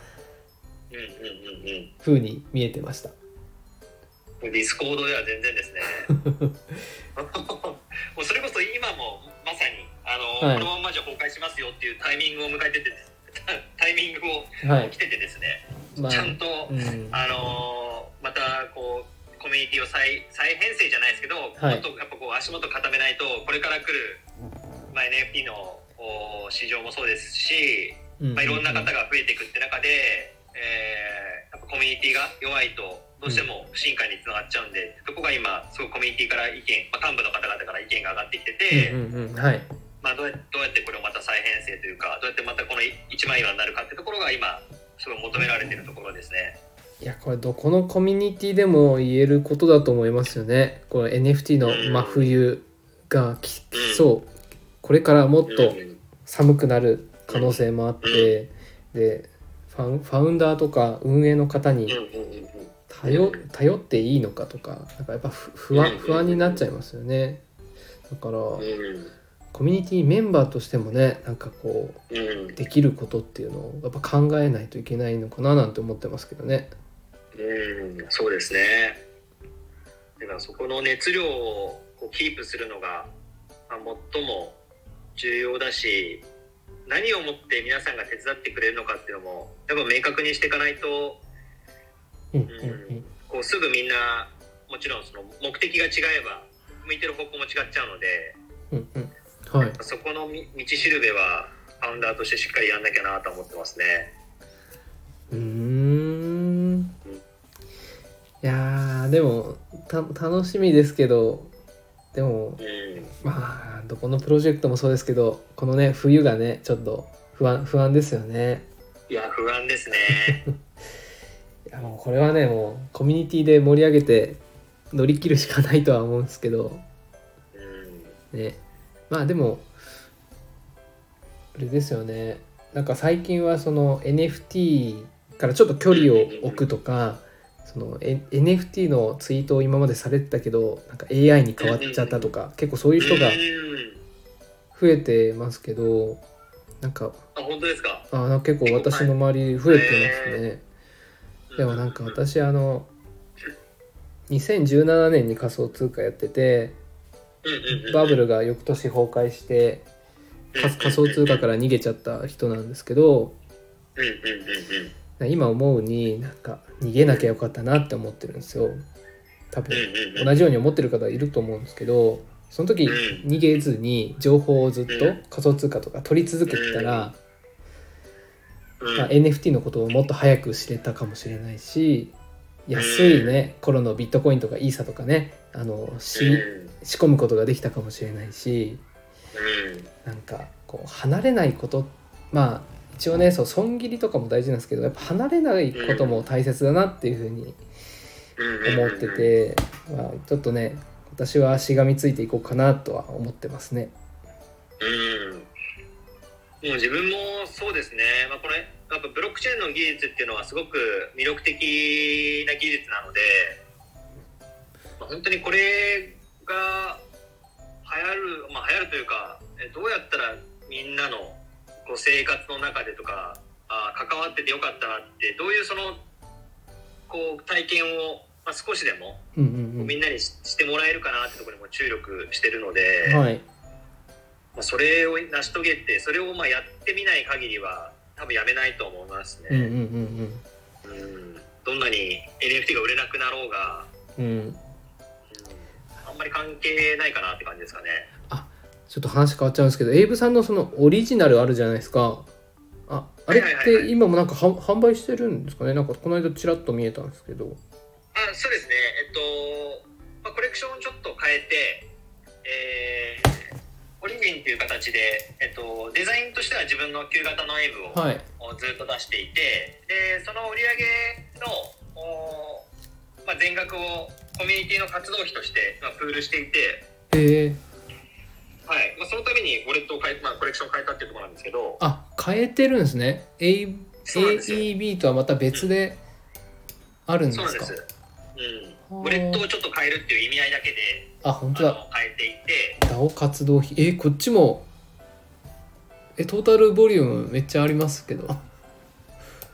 うんうんうんうん風に見えてました [laughs] ディスコードでは全然ですね。 [laughs] もうそれこそ今もまさにあの、はいこのままじゃ崩壊しますよっていうタイミングを迎えてて、 [laughs] タイミングをはい来ててですね、まあちゃんと、うんあのまたこうコミュニティを再再編成じゃないですけど、はいもっとやっぱこう足元固めないとこれから来る、まあ、NFP のお市場もそうですし、うんまあ、いろんな方が増えていくって中で、えーやっぱコミュニティが弱いとどうしても不信感につながっちゃうんで、そこが今すごいコミュニティから意見、まあ、幹部の方々から意見が上がってきてて、うんうんうんはいまあ、どうやどうやってこれをまた再編成というかどうやってまたこの一枚岩になるかってところが今すごい求められてるところですね。いやこれどこのコミュニティでも言えることだと思いますよね。これ NFT の真冬がききそうこれからもっと寒くなる可能性もあってでファウンファウンダーとか運営の方に頼頼っていいのかとかなんかやっぱふ不安不安になっちゃいますよね。だからコミュニティメンバーとしてもねなんかこうできることっていうのをやっぱ考えないといけないのかななんて思ってますけどね。うん、そうですね。だからそこの熱量をキープするのが、まあ、最も重要だし、何をもって皆さんが手伝ってくれるのかっていうのも、やっぱ明確にしていかないと、うんうんこうすぐみんな、もちろんその目的が違えば、向いてる方向も違っちゃうので、うんうんうんはい。そこのみ道しるべは、ファウンダーとしてしっかりやんなきゃなと思ってますね。うーんいやーでもた楽しみですけどでもうん。まあどこのプロジェクトもそうですけどこのね冬がねちょっと不安不安ですよねいや、不安ですね。いやもうこれはねもうコミュニティで盛り上げて乗り切るしかないとは思うんですけどうん。ねまあでもあれですよねなんか最近はその NFT からちょっと距離を置くとかその、え NFT のツイートを今までされてたけどなんか AI に変わっちゃったとか結構 [laughs] そういう人がうん増えてますけどなんかあ、本当ですか。あなんか結構私の周り増えてますね。でもなんか私あの2017年に仮想通貨やっててうんうんうんバブルが翌年崩壊して仮仮想通貨から逃げちゃった人なんですけどうんうんうんうん今思うになんか逃げなきゃよかったなって思ってるんですよ多分うんうんうん同じように思ってる方いると思うんですけどその時うん逃げずに情報をずっとうん仮想通貨とか取り続けてたら、うんまあ、NFT のことをもっと早く知れたかもしれないし安いね頃のビットコインとかイーサとかねあのしうん仕込むことができたかもしれないしうんなんかこう離れないことまあ一応ねそう損切りとかも大事なんですけどやっぱ離れないことも大切だなっていうふうに思ってて、まあ、ちょっとね私はしがみついていこうかなとは思ってますね。うんもう自分もそうですね、まあ、これやっぱブロックチェーンの技術っていうのはすごく魅力的な技術なので、まあ、本当にこれが流行る、まあ、流行るというかえどうやったらみんなのこう生活の中でとかあ関わっててよかったなってどういうそのこう体験を、まあ、少しでもうんうんみんなにししてもらえるかなってところにも注力してるので。うん、はいまあ、それを成し遂げてそれをまあやってみない限りは多分やめないと思いますうんうんね、うんどんなに NFT が売れなくなろうが、うんうんうんうん、あんまり関係ないかなって感じですかねちょっと話変わっちゃうんですけどエイブさんのそのオリジナルあるじゃないですかああれっはいはいはいはて今もなんかは販売してるんですかねなんかこの間ちらっと見えたんですけどあそうですねえっと、まあ、コレクションをちょっと変えてえーオリジンという形で、えっと、デザインとしては自分の旧型のエイブをはいをずっと出していてでその売り上げの、おーまあ、全額をコミュニティの活動費として、まあ、プールしていて、へえはいまあ、そのためにウォレットを変え、まあ、コレクションを変えたっていうところなんですけどあ変えてるんですね A そうなんですよ AEB とはまた別であるんでそうなんすでかす、うはあん、ウォレットをちょっと変えるっていう意味合いだけであ本あ当だの変えていて DAO 活動費えーこっちもえトータルボリュームめっちゃありますけど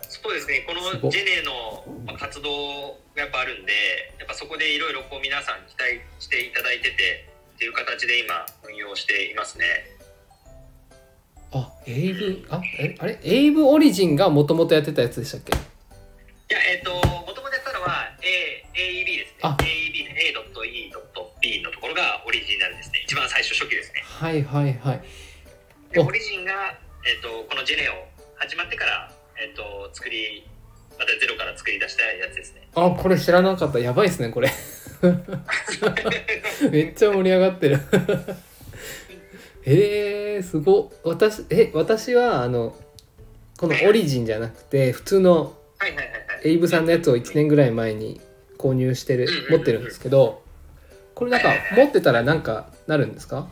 そうですねこすごのいジェネのまあ活動がやっぱあるんでやっぱそこでいろいろこう皆さん期待していただいててっていう形で今運用していますねあエイブあえあれエイブオリジンがもともとやってたやつでしたっけいや、えっ、と、もともとやってたのは A、AEB ですね。あ AEB で A.E.B のところがオリジンなんですね。一番最初初期ですね。はいはいはいで、おオリジンが、えっ、と、このジェネを始まってから、えっ、と、作り、またゼロから作り出したやつで [laughs] すね。あこれ知らなかったやばいっすねこれ [laughs] めっちゃ盛り上がってる [laughs] へえすごっ私え私はあのこのオリジンじゃなくて普通のはいはいはいはい。エイブさんのやつを1年ぐらい前に購入してる持ってるんですけどこれなんか持ってたらなんかなるんですか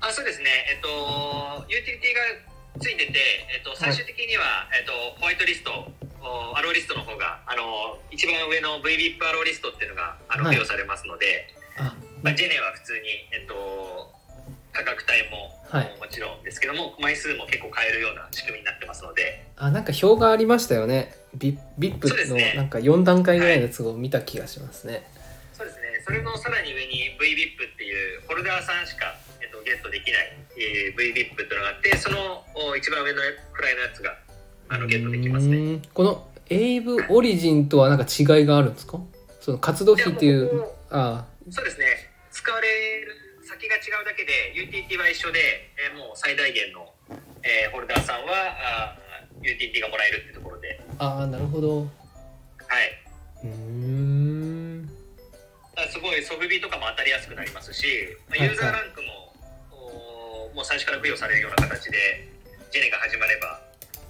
あ、そうですね。えっ、と、ユーティリティがついてて、えっ、と、最終的には、えっ、と、ホワイトリスト、おアローリストの方が、あの、一番上の VVIP アローリストっていうのが、あの、はい付与されますので、あまあ、ジェネは普通に、えっと、価格帯も、はいもちろんですけども枚数も結構買えるような仕組みになってますのであなんか表がありましたよねビビップそうですのねなんか4段階ぐらいのやつを見た気がしますねそうですねそれのさらに上に VVIP っていうホルダーさんしか、えっと、ゲットできない、えー、VVIP っていうのがあってそのお一番上の位のやつがあのゲットできますうね。ーんこのエイブオリジンとはなんか違いがあるんですかその活動費っていいやうもうあそうですね使われる先が違うだけで UTT は一緒で、えーもう最大限の、えーホルダーさんはあー UTT がもらえるってところで、あーなるほどはい、うーんだからすごいソブビとかも当たりやすくなりますし、まあはいユーザーランクも、おーもう最初から付与されるような形でジェネが始まれば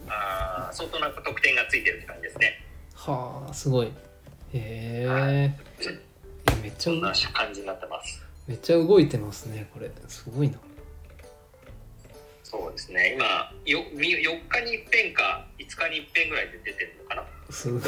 あー相当な得点がついてるって感じですねはあすごいへえいやめっちそんなゃ感じになってますめっちゃ動いてますねこれすごいなそうですね今よみ4日に1遍か5日に1遍ぐらいで出てるのかな [laughs] すごい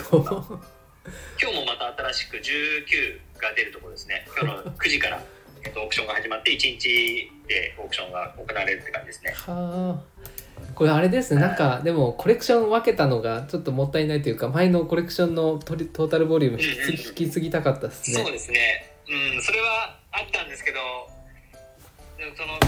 今日もまた新しく19が出るところですね今日の9時から、 [laughs] えっと、オークションが始まって1日でオークションが行われるって感じですねはあこれあれですねなんかでもコレクション分けたのがちょっともったいないというか前のコレクションのトリトータルボリューム引き継ぎ引き継ぎたかったですそうねですね。うん、それはあったんですけど、でもその、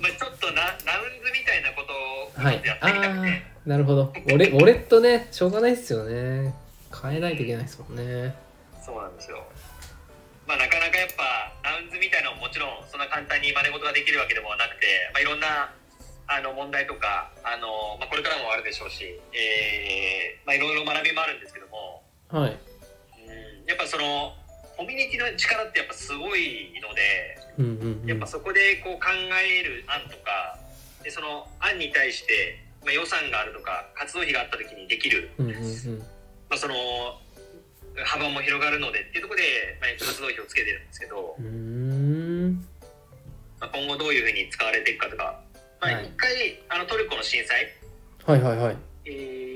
まあ、ちょっとララウンズみたいなことをはちいょっとやっあてみたくて、あなるほどウォレウォレットねしょうがないですよね変えないといけないですもんねそうなんですよ。まあ、なかなかやっぱラウンズみたいなのももちろんそんな簡単に真似事ができるわけでもなくて、まあ、いろんなあの問題とかあの、まあ、これからもあるでしょうし、えーまあ、いろいろ学びもあるんですけども、はいうん、やっぱそのコミュニティの力ってやっぱすごいのでうんうん、うん、やっぱそこでこう考える案とかでその案に対して、まあ、予算があるとか活動費があった時にできるうんうんうんまあ、その幅も広がるのでっていうところで、まあ、活動費をつけてるんですけどう、ーんまあ、今後どういうふうに使われていくかとか、まあ、はい一回、あのトルコの震災、はいはいはいえ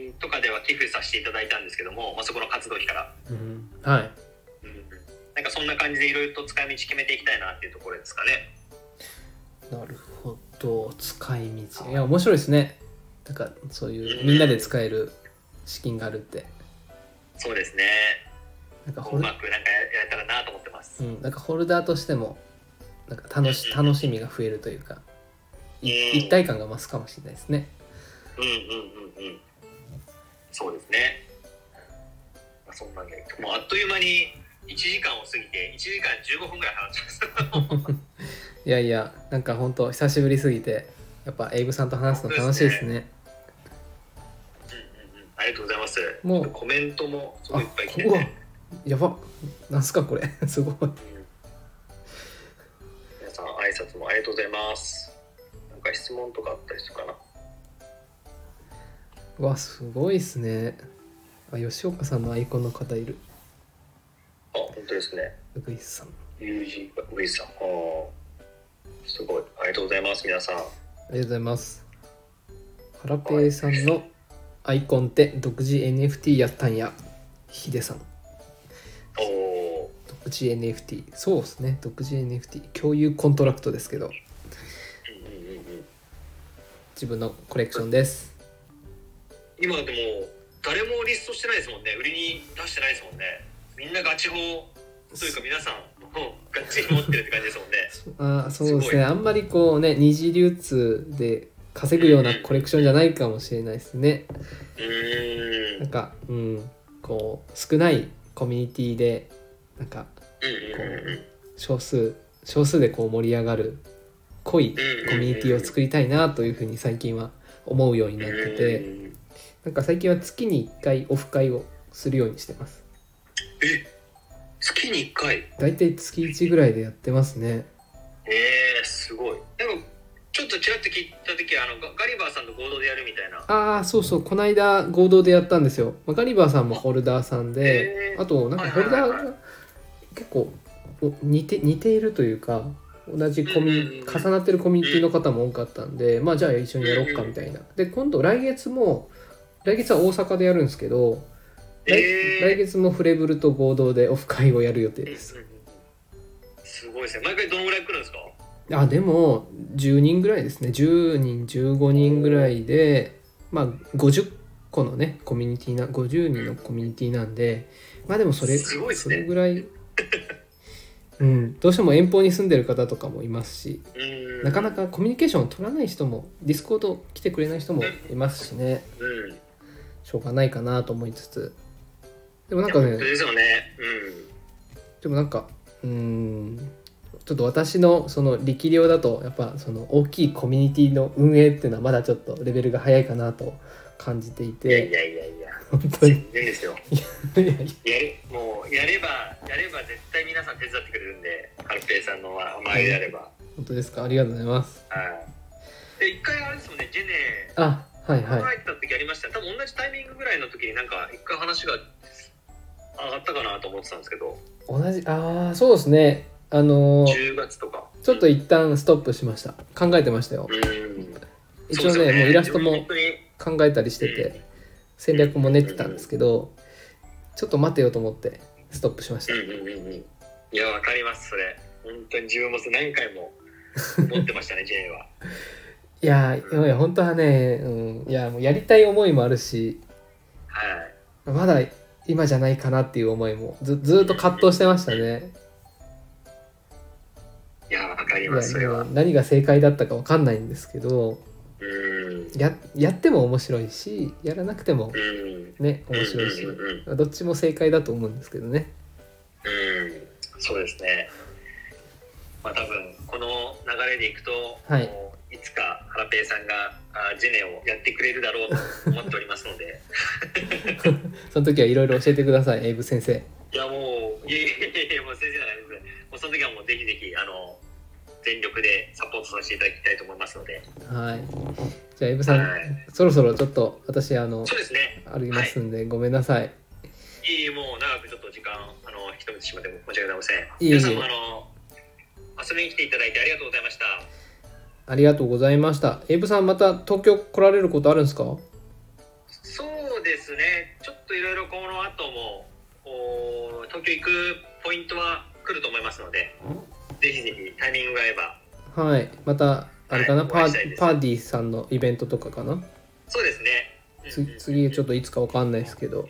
ーとかでは寄付させていただいたんですけども、まあ、そこの活動費から、うんはいなんかそんな感じでいろいろと使い道決めていきたいなっていうところですかね。なるほど使い道いや面白いですねなんかそういうみんなで使える資金があるってそうですねなんかうホル,、まくなんかやれたらなと思ってますう。ん、なんかホルダーとしてもなんか楽し楽しみが増えるというかいうん一体感が増すかもしれないですねうんうんうんうんそうですねまあそんなんでもうあっという間に1時間を過ぎて1時間15分ぐらい話しましたいやいやなんかほんと久しぶりすぎてやっぱエイブさんと話すの楽しいですねうんうん、うん、ありがとうございますもうコメントもすごあいいっぱい来こてこはて、やばなんすかこれ [laughs] すごいうん皆さん挨拶もありがとうございますなんか質問とかあったりするかなうわすごいっすねあ吉岡さんのアイコンの方いるあ本当ですねウグイスさん友人ウィズさんあーすごいありがとうございます皆さんありがとうございます。ハラペイさんのアイコンって独自 NFT やったんや。ヒデさん、おお独自 NFT。そうですね、独自 NFT。共有コントラクトですけど、ーうんうんうんうん自分のコレクションです。今でも誰もリストしてないですもんね売りに出してないですもんねみんなガチ法というか皆さんもうガチに持ってるって感じですもんねあーそうですすごね、いあんまりこうね、二次流通で稼ぐようなコレクションじゃないかもしれないですね。うーんなんか、うん、こう、少ないコミュニティで、なんか、うんうんうんうん少数少数でこう盛り上がる濃いコミュニティを作りたいなというふうに最近は思うようになってうてんなんか最近は月に1回オフ会をするようにしてますえ月に1回大体月1ぐらいでやってますねえー、すごいでもちょっとちらっと聞いた時あのガガリバーさんと合同でやるみたいなああそうそうこの間合同でやったんですよまあガリバーさんもホルダーさんでへーあとなんかホルダーはいはいが結構お似て似ているというか同じコミュニうんうんうん重なってるコミュニティの方も多かったんでまあじゃあ一緒にやろうかみたいなで今度来月も来月は大阪でやるんですけど来,、えー来月もフレブルと合同でオフ会をやる予定うんうんうでんすすごいですね毎回どのぐらい来るんですかあでも10人ぐらいですね10人15人ぐらいでまあ50個のねコミュニティな50人のコミュニティなんでまあでもそれすごいっすそねれぐらいうんどうしても遠方に住んでる方とかもいますしうーんなかなかコミュニケーションを取らない人もディスコード来てくれない人もいますしねうんしょうがないかなと思いつつでもなんか本当ねですよねうんでもなんかうーんちょっと私のその力量だとやっぱその大きいコミュニティの運営っていうのはまだちょっとレベルが早いかなと感じていいやいてやいやいや本当に全然ですよやれもうやればやれば絶対皆さん手伝ってくれるんでハルペイさんのは周りであれば、本当ですかありがとうございますはいで一回あれですもんねジェネ [laughs] あはい入はいった時ありましたね、多分同じタイミングぐらいの時になんか一回話が上がったかなと思ってたんですけど同じああそうですねあのー10月とかちょっと一旦ストップしました考えてましたようん一そ応うですねよもうイラスト自も分本当に考えたりしてて戦略も練ってたんですけどちょっと待てよと思ってストップしましたうんうんうんうんいやわかりますそれ本当に自分も何回も思ってましたねジェネはいやーいやいや本当はね、うん、いやもうやりたい思いもあるしはいまだ今じゃないかなっていう思いもずずーっと葛藤してましたねいやわかかります、それは。何が正解だったかわかんないんですけどうん。ややっても面白いしやらなくてもうん。ね面白いしうんうんうんどっちも正解だと思うんですけどねうん、そうですね。まあ多分この流れでいくと、はいもういつかハラペイさんがあジェネをやってくれるだろうと思っておりますので、 [laughs] その時はいろいろ教えてくださいエイブ先生いやもういえいえいえもう先生じゃないです。もうその時はもうぜひぜひあの全力でサポートさせていただきたいと思いますので、はいじゃあエイブさはん、い、そろそろちょっと私あのそうですね。歩きますんで、ごめんなさいいいもう長くちょっと時間あの引き止めてしまって申し訳ございません。いえいえ皆さんもあの遊びに来ていただいてありがとうございました。ありがとうございましたエイブさんまた東京来られることあるんですかそうですね、ちょっといろいろこの後もおー東京行くポイントは来ると思いますので、ぜひぜひタイミングが合えば、はいまたあれかな、はいパお会いしたいーですパーディーさんのイベントとかかなそうですね、つ次ちょっっと、といつかわかんないですけど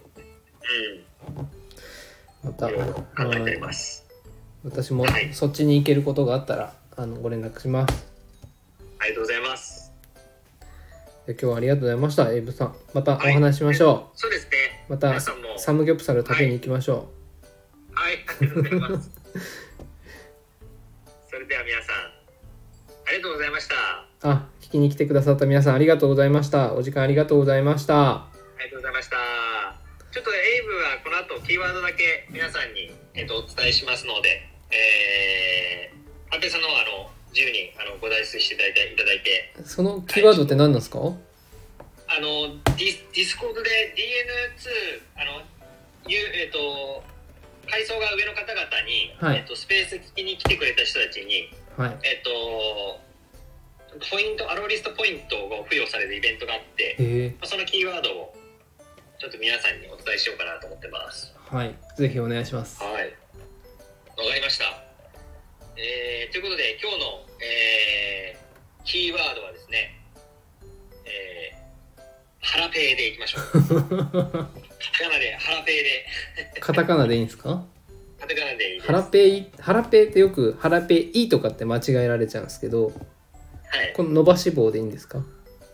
またうん、いろいろ考えておりはまいす。私もはいそっちに行けることがあったらあのご連絡しますありがとうございます。で今日はありがとうございましたエイブさんまたお話ししましょう、そうですね、また皆さんも、サムギョプサル食べに行きましょう、はい、ありがとうござい [laughs] ます。それでは皆さん、ありがとうございました。ああ、聞きに来てくださった皆さんありがとうございました。お時間ありがとうございました。りがとうございました。ちょっとエイブはこの後キーワードだけ皆さんに、えっと、お伝えしますので、えー、安倍さんの方はあの自由にあのご代出していただいていただいて、そのキーワードって何なんですか？あのディスディスコードで DN2 あのゆえっと階層が上の方々に、はいえっとスペース聞きに来てくれた人たちに、はいえっとポイントアローリストポイントを付与されるイベントがあって、えまあそのキーワードをちょっと皆さんにお伝えしようかなと思ってます。ー、はい、ぜひお願いします。はい。わかりました。えーということで今日の、えーキーワードはですね、えー腹ペイでいきましょう。 [laughs] カタカナで腹ペイで、カタカナでいいんですか？カタカナでいいです。ハラペイ、ハラペイってよくハラペイとかって間違えられちゃうんですけど、はい。この伸ばし棒でいいんですか？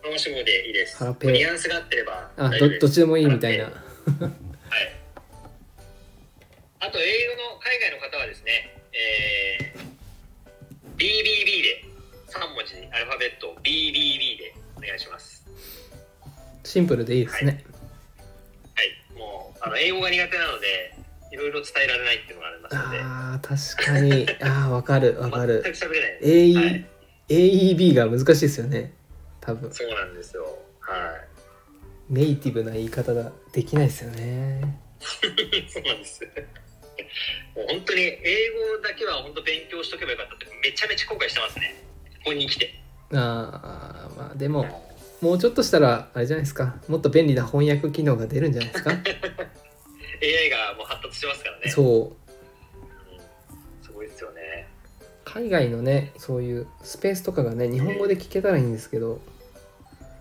この主語でいいです。腹ペイニュアンスが合ってればあ、大丈ど夫でどっす。ちでもいいみたいな。はい。あと英語の海外の方はですね、えー BBB で3文字アルファベットを BBB でお願いします。シンプルでいいですね。はい、もうあの英語が苦手なので、いろいろ伝えられないっていうのがありますので、ああー、確かに。ああ、わか [laughs] るわかる。全く喋れないです。 A は E い A E B が難しいですよね。多分そうなんですよ。はネイティブな言い方ができないですよね。い、 [laughs] そうなんです。もう本当に英語だけは本当勉強しとけばよかったってめちゃめちゃ後悔してますね。ここに来て。あーまあでももうちょっとしたらあれじゃないですかもっと便利な翻訳機能が出るんじゃない [laughs] ですか AI がもう発達してますからね。う。そううん、すごいですよね。海外のねそういうスペースとかがね日本語で聞けたらいいんですけど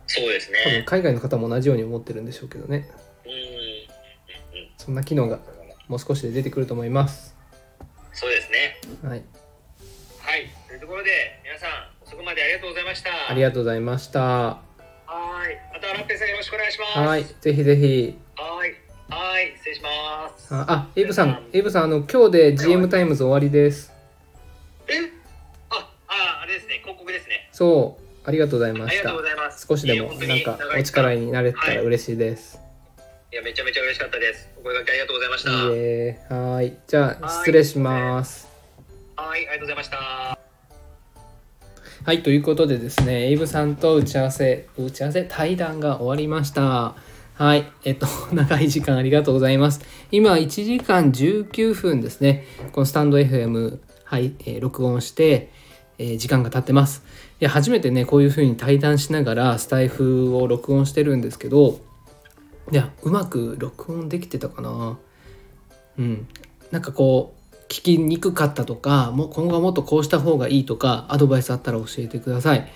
そうです多分ね。海外の方も同じように思ってるんでしょうけどねうん。うんそんな機能がもう少しで出てくると思いますそうですね。はいはい。というところで、皆さん、遅くまでありがとうございました。ありがとうございましたはーい。また、ラッペさんよろしくお願いします。はいぜひぜひはい。はい。失礼します。ああエイブさんエイブさんあの今日で GM タイムズ終わりですえあ、あ、あれですね。広告ですね。そうありがとうございまありしがとたうございます。少しでいもやなんかお力。本当長い時間になれたら嬉しいですいや、めちゃめちゃ嬉しかったです。お声掛けありがとうございました。いいはえはーいじゃあ失礼しますい。ありがとうございました。はいということでですねエイブさんと打ち合わせ打ち合わせ対談が終わりましたはいえっと [laughs] 長い時間ありがとうございます今1時間19分ですねこのスタンド FM はい、えー録音して、えー時間が経ってますいや初めてねこういう風に対談しながらスタイフを録音してるんですけどいやうまく録音できてたかなうんなんかこう聞きにくかったとかもう今後はもっとこうした方がいいとかアドバイスあったら教えてください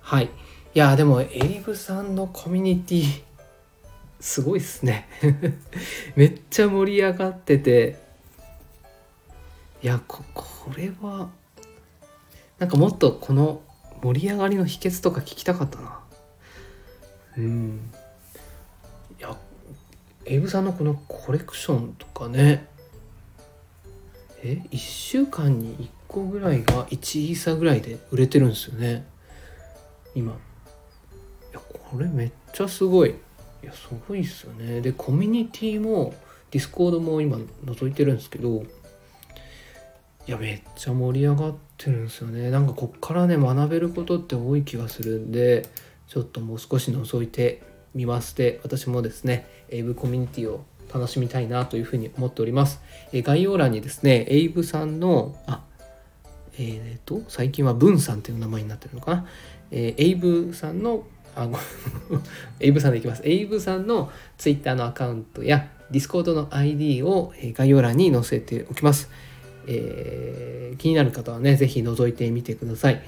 はいいやでもエリブさんのコミュニティ [laughs] すごいっすね [laughs] めっちゃ盛り上がってていやここれはなんかもっとこの盛り上がりの秘訣とか聞きたかったなうんいやエブさんのこのコレクションとかねえ1週間に1個ぐらいが1イーサぐらいで売れてるんですよね今いやこれめっちゃすごいいやすごいっすよねでコミュニティもディスコードも今覗いてるんですけどいやめっちゃ盛り上がってるんですよねなんかこっからね学べることって多い気がするんでちょっともう少し覗いてみまして私もですねエイブコミュニティを楽しみたいなというふうに思っておりますえー概要欄にですねエイブさんのあえーえーと最近はブンさんという名前になってるのかな、えーエイブさん [laughs] のあごエイブさんでいきますエイブさんのツイッターのアカウントやディスコードの ID をえー概要欄に載せておきます、えー気になる方はねぜひ覗いてみてください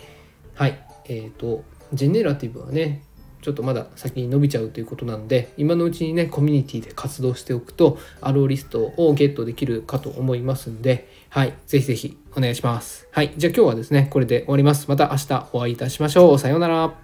はいえっ、とジェネラティブはねちょっとまだ先に伸びちゃうということなんで今のうちにねコミュニティで活動しておくと RO リストをゲットできるかと思いますんではいぜひぜひお願いしますはいじゃあ今日はですねこれで終わりますまた明日お会いいたしましょうさようなら